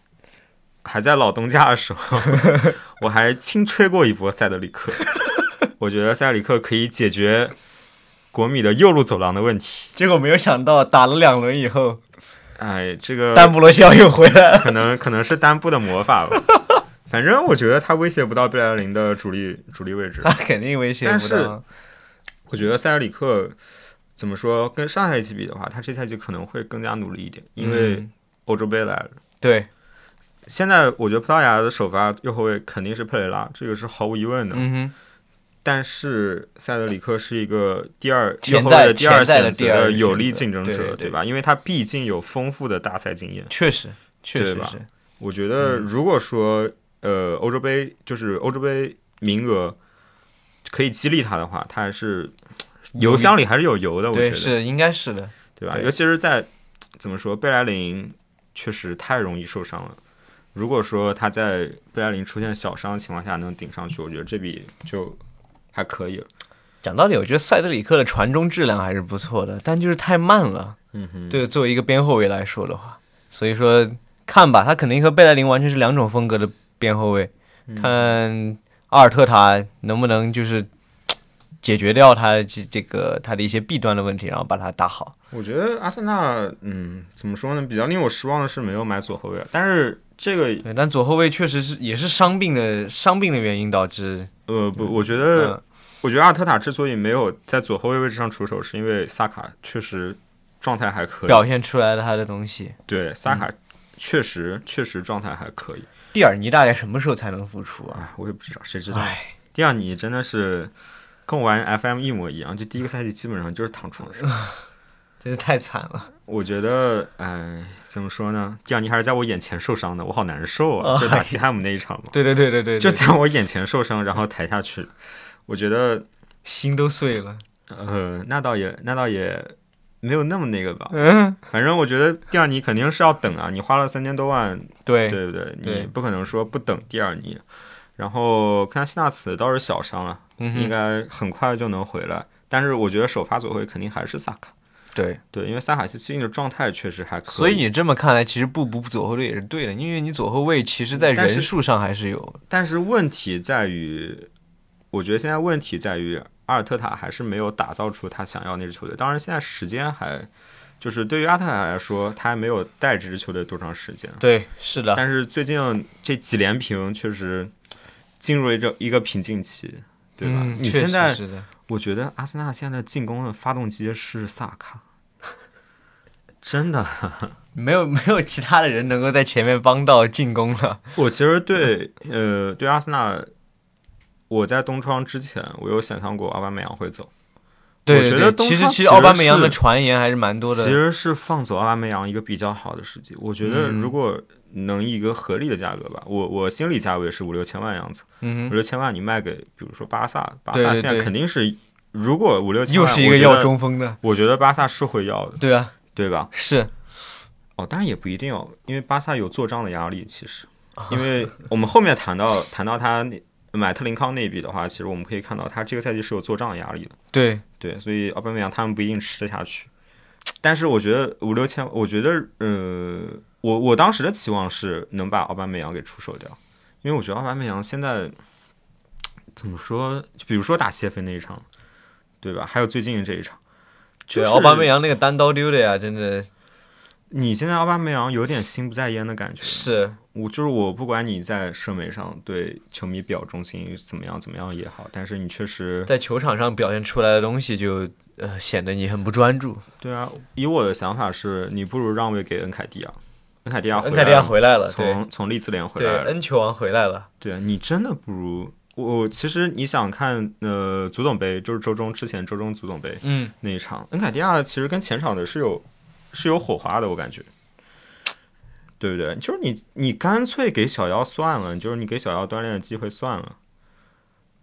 A: [LAUGHS] 还在老东家的时候，我还轻吹过一波塞德里克， [LAUGHS] 我觉得塞里克可以解决国米的右路走廊的问题。
B: 结果没有想到打了两轮以后，
A: 哎，这个
B: 丹布罗肖又回来了。 [LAUGHS]
A: 可能可能是丹布的魔法吧。 [LAUGHS] 反正我觉得他威胁不到贝莱林的主力主力位置
B: 他。肯定威胁
A: 但
B: 不
A: 是
B: 到。
A: 我觉得塞尔里克怎么说，跟上赛季比的话，他这赛季可能会更加努力一点，因为
B: 嗯
A: 欧洲杯来了。
B: 对，
A: 现在我觉得葡萄牙的首发右后卫肯定是佩雷拉，这个是毫无疑问的。
B: 嗯哼，
A: 但是塞德里克是一个第二右
B: 潜
A: 后
B: 在
A: 卫的第二
B: 潜在
A: 选
B: 的
A: 择
B: 第二
A: 的有
B: 选择
A: 力竞争者，
B: 对对对
A: 吧？因为他毕竟有丰富的大赛经验。
B: 确实，确
A: 对
B: 实
A: 吧
B: 是。
A: 我觉得
B: 嗯
A: 如果说、呃欧洲杯就是欧洲杯名额可以激励他的话，他还是油箱里还是有油的，我觉
B: 对，
A: 得
B: 是应该是的。
A: 对吧？
B: 对
A: 尤其是在怎么说，贝莱林确实太容易受伤了。如果说他在贝莱林出现小伤的情况下能顶上去，我觉得这笔就还可以了。
B: 讲道理，我觉得塞德里克的传中质量还是不错的，但就是太慢了。
A: 嗯哼，
B: 对，作为一个边后卫来说的话，所以说看吧，他肯定和贝莱林完全是两种风格的边后卫。
A: 嗯
B: 看阿尔特塔能不能就是嘖解决掉他这这个他的一些弊端的问题，然后把他打好。
A: 我觉得阿森纳，嗯，怎么说呢？比较令我失望的是没有买左后卫，啊但是这个
B: 对，但左后卫确实是也是伤病的伤病的原因导致。
A: 呃不，我觉
B: 嗯、
A: 得、我觉得阿尔特塔之所以没有在左后卫位置上出手，是因为萨卡确实状态还可
B: 表
A: 以。
B: 现出来了他的东西。
A: 对，萨卡确实、确实状态还可以。
B: 蒂尔尼大概什么时候才能复出啊？
A: 哎，我也不知道，谁知道？
B: 唉，
A: 第二，你真的是跟我玩 FM 一模一样，就第一个赛季基本上就是躺床
B: [LAUGHS]
A: 上。
B: 真是太惨了。
A: 我觉得，哎，怎么说呢？蒂尔尼还是在我眼前受伤的，我好难受啊！
B: 哎
A: 就打
B: [LAUGHS]
A: 西汉姆那一场嘛，
B: 对对对对对，
A: 就
B: 对
A: 在我眼前受伤，然后抬下去。我觉得，
B: 心都碎了。
A: 呃，那倒也，那倒也没有那么那个吧。
B: 嗯，
A: 反正我觉得蒂尔尼肯定是要等啊，你花了三千多万，
B: 对，
A: 对不对？
B: 对
A: 你不可能说不等蒂尔尼。然后康纳西纳茨倒是小伤了，
B: 嗯
A: 应
B: 哼，
A: 该很快就能回来。但是我觉得首发左后卫肯定还是萨卡，
B: 对。
A: 对，因为萨卡最近的状态确实还可以。
B: 所以你这么看来，其实不补左后卫也是对的，因为你左后卫其实在
A: 但是
B: 人数上还是有。
A: 但是问题在于，我觉得现在问题在于阿尔特塔还是没有打造出他想要那支球队。当然，现在时间还就是对于阿特塔来说，他还没有带这支球队多长时间。
B: 对，是的，
A: 但是最近这几连平确实进入了一个一个瓶颈期，对吧？
B: 嗯
A: 你
B: 确
A: 现
B: 实
A: 在
B: 是的，
A: 我觉得阿森纳现在进攻的发动机是萨卡，真的。
B: 没有没有其他的人能够在前面帮到进攻了。
A: 我其实对呃对阿森纳，我在东窗之前，我有想象过奥巴梅扬会走，
B: 对
A: 我觉
B: 对
A: 得
B: 对，
A: 东
B: 其实
A: 窗
B: 其
A: 其
B: 实奥巴
A: 实
B: 梅扬的
A: 是
B: 传言还是蛮多的。
A: 其实是放走奥巴梅扬一个比较好的时机。我觉得
B: 嗯
A: 如果能一个合理的价格吧，我我心里价位是五六千万样子，
B: 嗯
A: 五
B: 哼，
A: 六千万你卖给比如说巴萨，巴
B: 对
A: 萨
B: 对
A: 现在
B: 对
A: 肯定是如果五六千
B: 又
A: 万，
B: 是一
A: 我
B: 个
A: 觉
B: 要
A: 得，
B: 中锋的。
A: 我觉得巴萨是会要的，
B: 对啊，
A: 对吧？
B: 是
A: 哦，当然也不一定哦，因为巴萨有做账的压力，其实，
B: 啊
A: 因为我们后面谈到谈到他那买特林康那一笔的话，其实我们可以看到他这个赛季是有做账的压力的，
B: 对，
A: 对，所以奥巴梅扬他们不一定吃得下去。但是我觉得五六千，我觉得呃，我我当时的期望是能把奥巴梅扬给出手掉，因为我觉得奥巴梅扬现在怎么说，就比如说打谢菲那一场，对吧？还有最近这一场，就
B: 对，
A: 是
B: 奥巴梅扬那个单刀丢的呀，真的
A: 你现在奥巴梅扬有点心不在焉的感觉，
B: 是
A: 我就是我，不管你在社媒上对球迷表忠心怎么样怎么样也好，但是你确实
B: 在球场上表现出来的东西就，呃显得你很不专注。
A: 对啊。以我的想法是，你不如让位给恩凯蒂亚，恩凯蒂亚回来
B: 恩
A: 了，
B: 凯利亚回来了，对
A: 从从利兹联回
B: 对
A: 来，了，
B: 恩球王回来了，
A: 对啊，你真的不如我。我其实你想看呃足总杯，就是周中之前周中足总杯
B: 嗯，
A: 那一场，恩凯蒂亚其实跟前场的是有是有火花的，我感觉。对不对？就是你，你干脆给小妖算了，就是你给小妖锻炼的机会算了。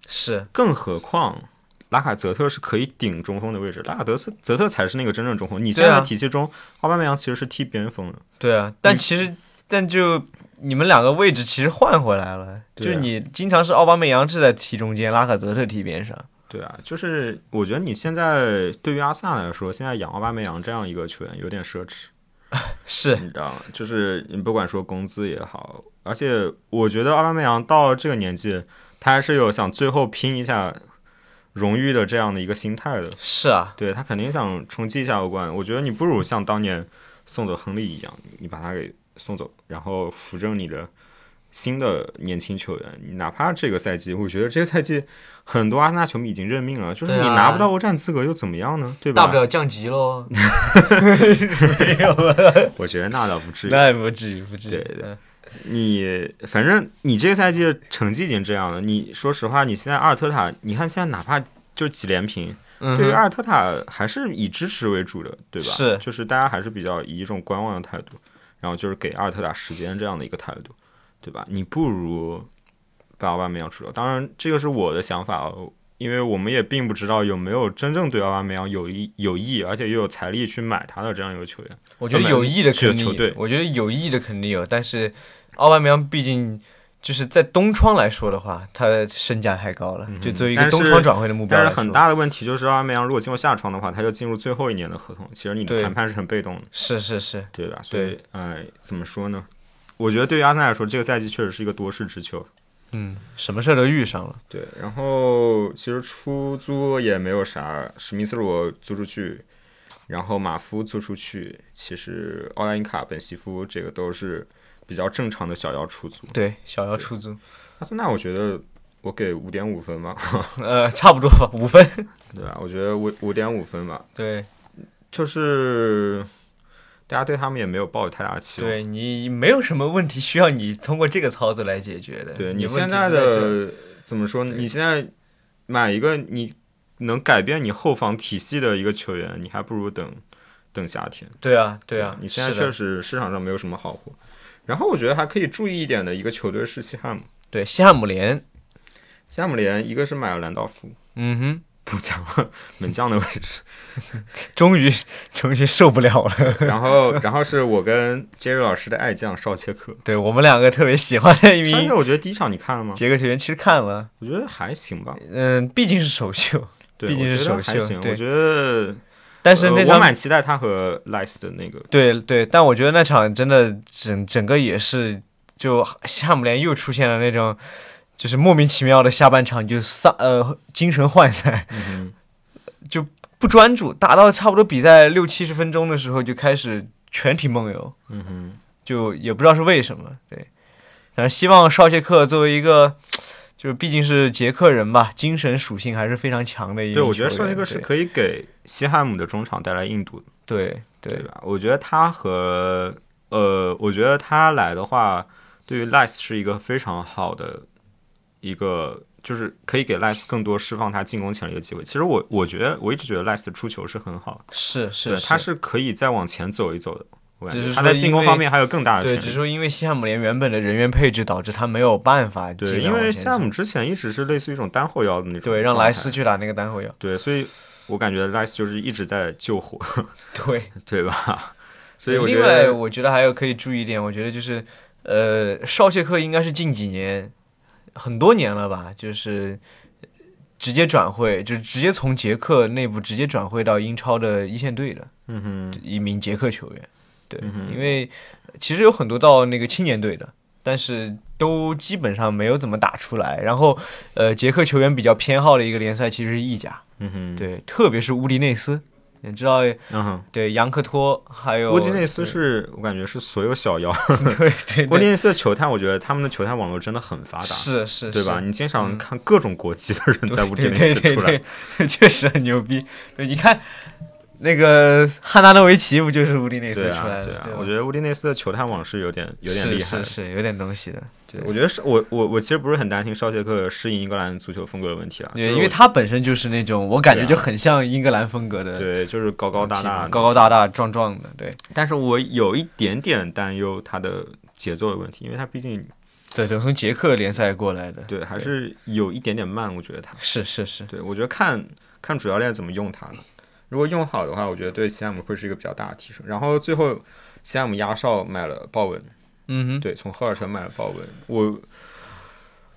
B: 是
A: 更何况拉卡泽特是可以顶中锋的位置，拉卡德斯泽特才是那个真正中锋。你现
B: 对啊
A: 在的体系中，奥巴梅扬其实是踢边锋的，
B: 对啊，
A: 嗯
B: 但其实但就你们两个位置其实换回来了，就
A: 对啊
B: 是你经常是奥巴梅扬是在踢中间，拉卡泽特踢边上，
A: 对啊，就是我觉得你现在对于阿森纳来说，现在养奥巴梅扬这样一个球员有点奢侈，
B: 是
A: 你知道吗？就是你不管说工资也好，而且我觉得奥巴梅扬到这个年纪，他还是有想最后拼一下荣誉的这样的一个心态的。
B: 是啊，
A: 对他肯定想冲击一下欧冠，我觉得你不如像当年送走亨利一样，你把他给送走，然后扶正你的新的年轻球员。你哪怕这个赛季，我觉得这个赛季很多阿森纳球迷已经认命了，就是
B: 对
A: 你
B: 啊
A: 拿不到欧战资格又怎么样呢？对吧？嗯
B: 大不了降级喽。
A: 我觉得那倒不至于。
B: [LAUGHS] 那不至于，不至于。
A: 对对你反正你这个赛季的成绩已经这样了，你说实话，你现在阿尔特塔，你看现在哪怕就几连平，
B: 嗯，
A: 对于阿尔特塔还是以支持为主的，对吧？
B: 是
A: 就是大家还是比较以一种观望的态度，然后就是给阿尔特塔时间这样的一个态度，对吧？你不如把奥巴梅扬除掉。当然，这个是我的想法哦，因为我们也并不知道有没有真正对奥巴梅扬有意有意，而且又有财力去买他的这样一个球员。
B: 我觉得有意的肯定
A: 球队
B: 有，我觉得有意的肯定有，但是奥巴梅扬毕竟就是在东窗来说的话，他的身价太高了，就作为一
A: 嗯但
B: 个
A: 是
B: 东窗转会的目标
A: 但
B: 来
A: 是
B: 说，
A: 很大的问题就是，奥巴梅扬如果进入下窗的话，他就进入最后一年的合同，其实你的
B: 对
A: 谈判是很被动的。
B: 是是是，
A: 对吧？所以，哎，怎么说呢？我觉得对于阿森纳来说，这个赛季确实是一个多事之秋。
B: 嗯，什么事儿都遇上了，
A: 对，然后其实出租也没有啥，史密斯罗租出去，然后马夫租出去，其实奥莱因卡、本西夫这个都是比较正常的小妖出租。
B: 对，小姚出租，
A: 阿森纳，我觉得我给五点五分吧， [LAUGHS]
B: 呃，差不多吧，五分， [LAUGHS]
A: 对啊吧？我觉得五五点五分吧，
B: 对
A: 就是大家对他们也没有抱有太大期望。
B: 对，你没有什么问题需要你通过这个操作来解决的，
A: 对
B: 你
A: 你
B: 问
A: 现
B: 题
A: 在
B: 不这儿
A: 的怎么说呢？你现在买一个你能改变你后防体系的一个球员，你还不如等等夏天。
B: 对啊对啊，
A: 你现在
B: 是的
A: 确实市场上没有什么好货。然后我觉得还可以注意一点的一个球队是西汉姆，
B: 对西汉姆联，
A: 西汉姆联一个是买了兰道夫
B: 嗯哼。
A: 补强了门将的位置， [LAUGHS]
B: 终于，终于受不了了。
A: 然后然后是我跟杰瑞老师的爱将绍切克。
B: 对我们两个特别喜欢的一
A: 绍切
B: 名
A: 克，我觉得第一场你看了吗？
B: 杰克球员，其实看了，
A: 我觉得还行吧，
B: 嗯，毕竟是首秀，
A: 对，
B: 毕竟
A: 我
B: 是
A: 觉得
B: 首
A: 还
B: 秀
A: 行。
B: 对
A: 我觉得，
B: 但是
A: 呃
B: 那
A: 我
B: 场、
A: 蛮期待他和莱斯的那个
B: 对对，但我觉得那场真的整整个也是，就夏姆联又出现了那种，就是莫名其妙的下半场就丧呃精神涣散，
A: 嗯
B: 就不专注，打到差不多比赛六七十分钟的时候就开始全体梦游，
A: 哼，嗯哼，
B: 就也不知道是为什么。对，但是希望绍切克作为一个，就是毕竟是捷克人吧，精神属性还是非常强的一名
A: 对，我觉得
B: 球
A: 绍切
B: 员
A: 克是
B: 对
A: 可以给西汉姆的中场带来硬度的，
B: 对
A: 对
B: 对
A: 吧？我觉得他和呃，我觉得他来的话，对于赖斯是一个非常好的一个，就是可以给赖斯更多释放他进攻潜力的机会。其实我我觉得我一直觉得赖斯出球是很好的，
B: 是是
A: 对，他是可以再往前走一走的。我感
B: 只
A: 觉
B: 是
A: 他
B: 说
A: 在进攻
B: 因为
A: 方面还有更大的
B: 对，
A: 潜
B: 只是
A: 力。
B: 说因为西汉姆联原本的人员配置导致他没有办法
A: 对，
B: 尽
A: 因
B: 量
A: 为
B: 往前
A: 西汉
B: 走
A: 姆之前一直是类似于一种单后腰的那种，
B: 对让莱斯。去打那个单后腰，
A: 对，所以我感觉赖斯就是一直在救火。 [LAUGHS]
B: 对。
A: 对吧？ [LAUGHS] 所以我觉
B: 另外，
A: 得，
B: 我觉得还有可以注意一点，我觉得就是，呃，绍切克应该是近几年很多年了吧，就是直接转会，就是直接从捷克内部直接转会到英超的一线队的。
A: 嗯哼，
B: 一名捷克球员，对，
A: 嗯哼
B: 因为其实有很多到那个青年队的，但是都基本上没有怎么打出来。然后，呃，捷克球员比较偏好的一个联赛其实是意甲，
A: 嗯哼，，
B: 对，特别是乌迪内斯，你知道，
A: 嗯哼。
B: 对杨克托还有
A: 沃迪内斯是我感觉是所有小妖，
B: [LAUGHS] 对对 [LAUGHS] 对
A: 沃迪
B: 对
A: 内斯的球探，我觉得他们的球探网络真的很发达，
B: 是是
A: 对吧？
B: [LAUGHS] 是嗯
A: 你经常看各种国籍的人在沃迪
B: 对
A: 内
B: 对
A: 斯
B: 对
A: 出来
B: 对，，对 [LAUGHS] 确实很牛逼。对，你看那个汉纳诺维奇不就是乌迪内斯
A: 对
B: 出
A: 啊，
B: 来的？
A: 对啊
B: 吧，
A: 我觉得沃迪内斯的球探网是有点有点
B: 是
A: 厉害
B: 是
A: 的。
B: 是有点东西的。对
A: 我觉得是我我我其实不是很担心绍切克适应英格兰足球风格的问题啊，就
B: 对，
A: 是
B: 因为
A: 我
B: 他本身就是那种我感觉
A: 对啊
B: 就很像英格兰风格的，，
A: 对就是高高大大，
B: 嗯高高大大、壮壮的，对，
A: 但是我有一点点担忧他的节奏的问题，因为他毕竟
B: 对，对，从捷克联赛过来的，
A: 对还是有一点点慢，我觉得他。
B: 是是是，
A: 对，我觉得看看主教练怎么用它了。如果用好的话，我觉得对西汉姆会是一个比较大的提升。然后最后，西汉姆压哨买了鲍文，
B: 嗯哼，
A: 对，从赫尔城买了鲍文。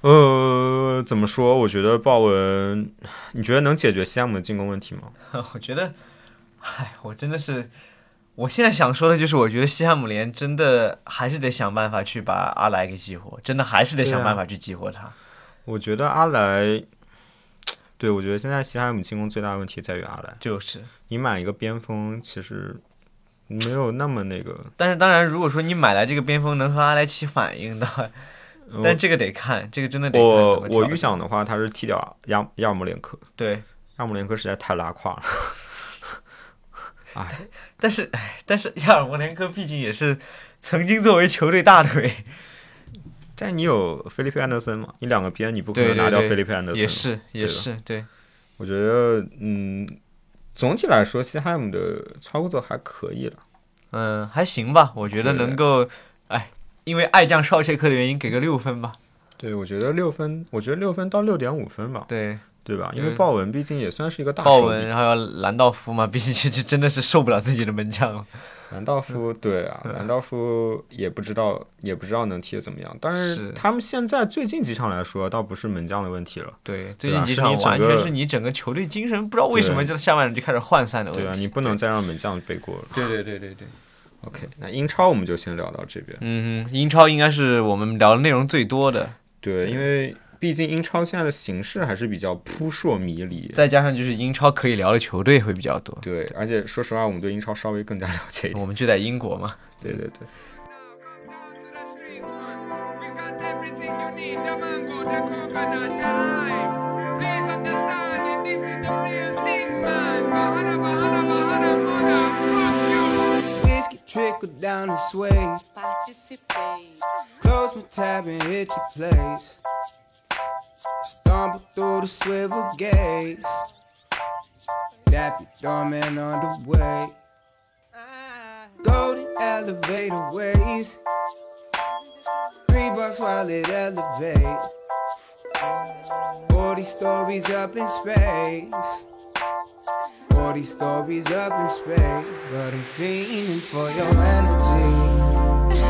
A: 我，呃，怎么说？我觉得鲍文，你觉得能解决西汉姆的进攻问题吗？
B: [LAUGHS] 我觉得，唉，我真的是，我现在想说的就是，我觉得西汉姆联真的还是得想办法去把阿莱给激活，真的还是得
A: 对啊
B: 想办法去激活他，
A: 我觉得阿莱，对，我觉得现在西汉姆进攻最大的问题在于阿兰，
B: 就是。
A: 你买一个边锋其实没有那么那个，
B: 但是当然，如果说你买来这个边锋能和阿莱奇反应的，
A: 呃
B: 但这个得看，这个真的得看
A: 我
B: 怎么调
A: 我
B: 整
A: 预想的话，他是踢掉亚亚姆连科，
B: 对，
A: 亚姆连科实在太拉胯了。哎，
B: 但是唉但是亚尔莫连科毕竟也是曾经作为球队大腿，
A: 但你有菲利佩安德森嘛？你两个边你不可
B: 对
A: 能
B: 对
A: 拿掉
B: 对
A: 菲利佩安德森。
B: 也是也
A: 对的
B: 是对，
A: 我觉得，嗯，总体来说，西汉姆的操作还可以了。
B: 嗯，还行吧，我觉得
A: 对
B: 能够，哎，因为爱将绍切克的原因，给个六分吧。
A: 对，我觉得六分，我觉得六分到六点五分吧，
B: 对，
A: 对吧？因为
B: 嗯
A: 豹纹毕竟也算是一个大
B: 豹
A: 手
B: 纹，
A: 笔
B: 然后要兰道夫嘛，毕 [LAUGHS] 竟这这真的是受不了自己的门将了。
A: 兰道夫
B: 嗯
A: 对啊，兰道夫也不知道也不知道能踢得怎么样，但
B: 是
A: 是他们现在最近几场来说，倒不是门将的问题了，
B: 对，最
A: [LAUGHS] 对
B: 近
A: 啊
B: 几
A: 是
B: 场
A: 你整
B: 完全
A: 个
B: 是你整个球队精神，不知道为什么
A: 对
B: 就下半场就开始涣散的问
A: 对啊，
B: 题。
A: 你不能再让门将背锅了。
B: 对对对对对。
A: OK，那英超我们就先聊到这边，
B: 嗯哼，英超应该是我们聊的内容最多的，
A: 对，因为毕竟英超现在的形势还是比较扑朔迷离。
B: 再加上就是英超可以聊的球队会比较多。
A: 对，而且说实话，我们对英超稍微更加了解一点。
B: 我们就在英国嘛，
A: 对对对。
C: Now come down to the streets, man. We got everything you need: the mango, the coconut, the lime. Please understand that this is the real thing, man. Bahana, Bahana, Bahana, mother, fuck you. Whiskey trickle down this way.
D: Participate.
C: Close my tab and hit your place. Stumble through the swivel gates. Dap your doorman on the way. Golden elevator ways. Three bucks while it elevate. 40 stories up in space. 40 stories up in space. But I'm feeling for your energy.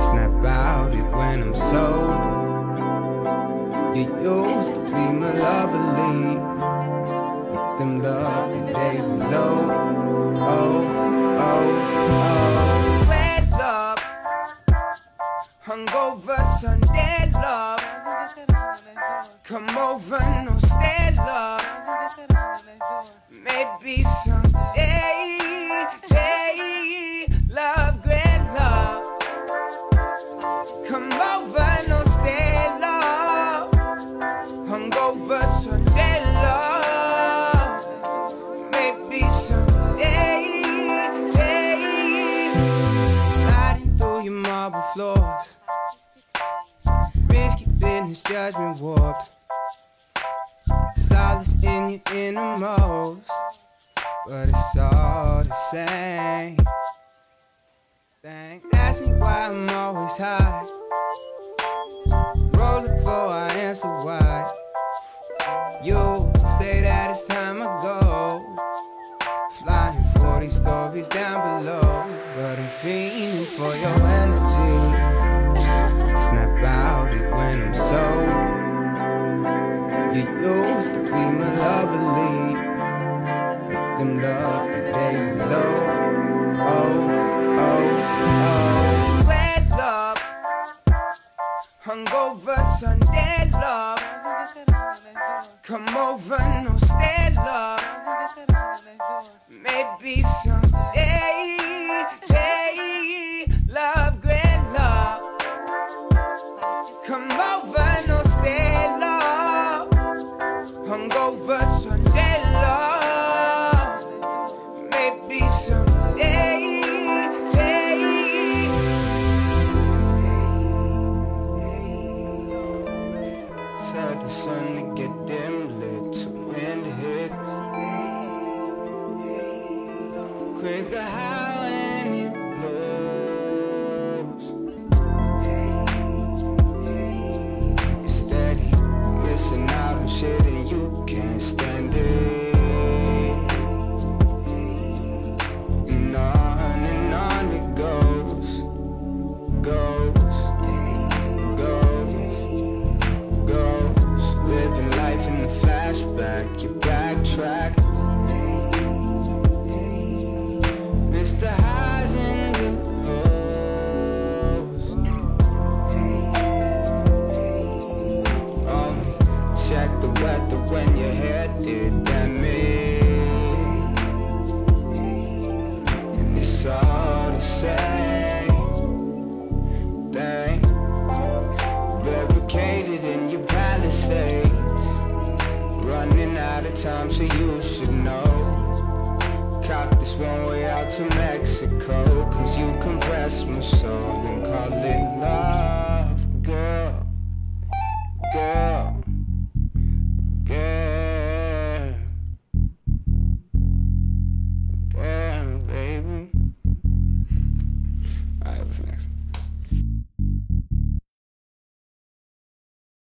C: Snap out it when I'm sober. You used to be my lovely. But them lovely days is over. Oh, oh, oh. Red love. Hungover Sunday love. Come over, no stay love. Maybe someday. Hey, love, great love. Come over, no stay love. Hungover Sunday love. Maybe someday. Hey. Sliding through your marble floors. Risky business, judgment warped. Solace in your innermost. But it's all the same. Thing. Ask me why I'm always high. Roll it before I answer why. You say that it's time I go. Flying 40 stories down below. But I'm feeling for your energy. Snap out it when I'm sober. You used to be my lovely. But them lovely days is over. Oh, oh, oh. Red love, hungover Sunday love. Come over, no stay love. Maybe someday, hey, love, great love. Come over, no stay love. Hungover Sunday love. Maybe someday. Hey, hey, hey. Said the sun to get dim lit to wind hit. Hey, hey. Quick to howl and it blows. Hey, hey. Steady, missing out on shit and you can't stand it. And on and on it goes, goes, goes, goes. Living life in the flashback, you backtrack. Mr. Highs and the lows. Oh, check the weather when your head did damage. And it's all the same thing. Barricaded in your palisades. Running out of time, so you should know. Cop this one way out to Mexico. Cause you compress my soul and call it love, girl. Girl. Girl. Girl, baby. Alright, what's next?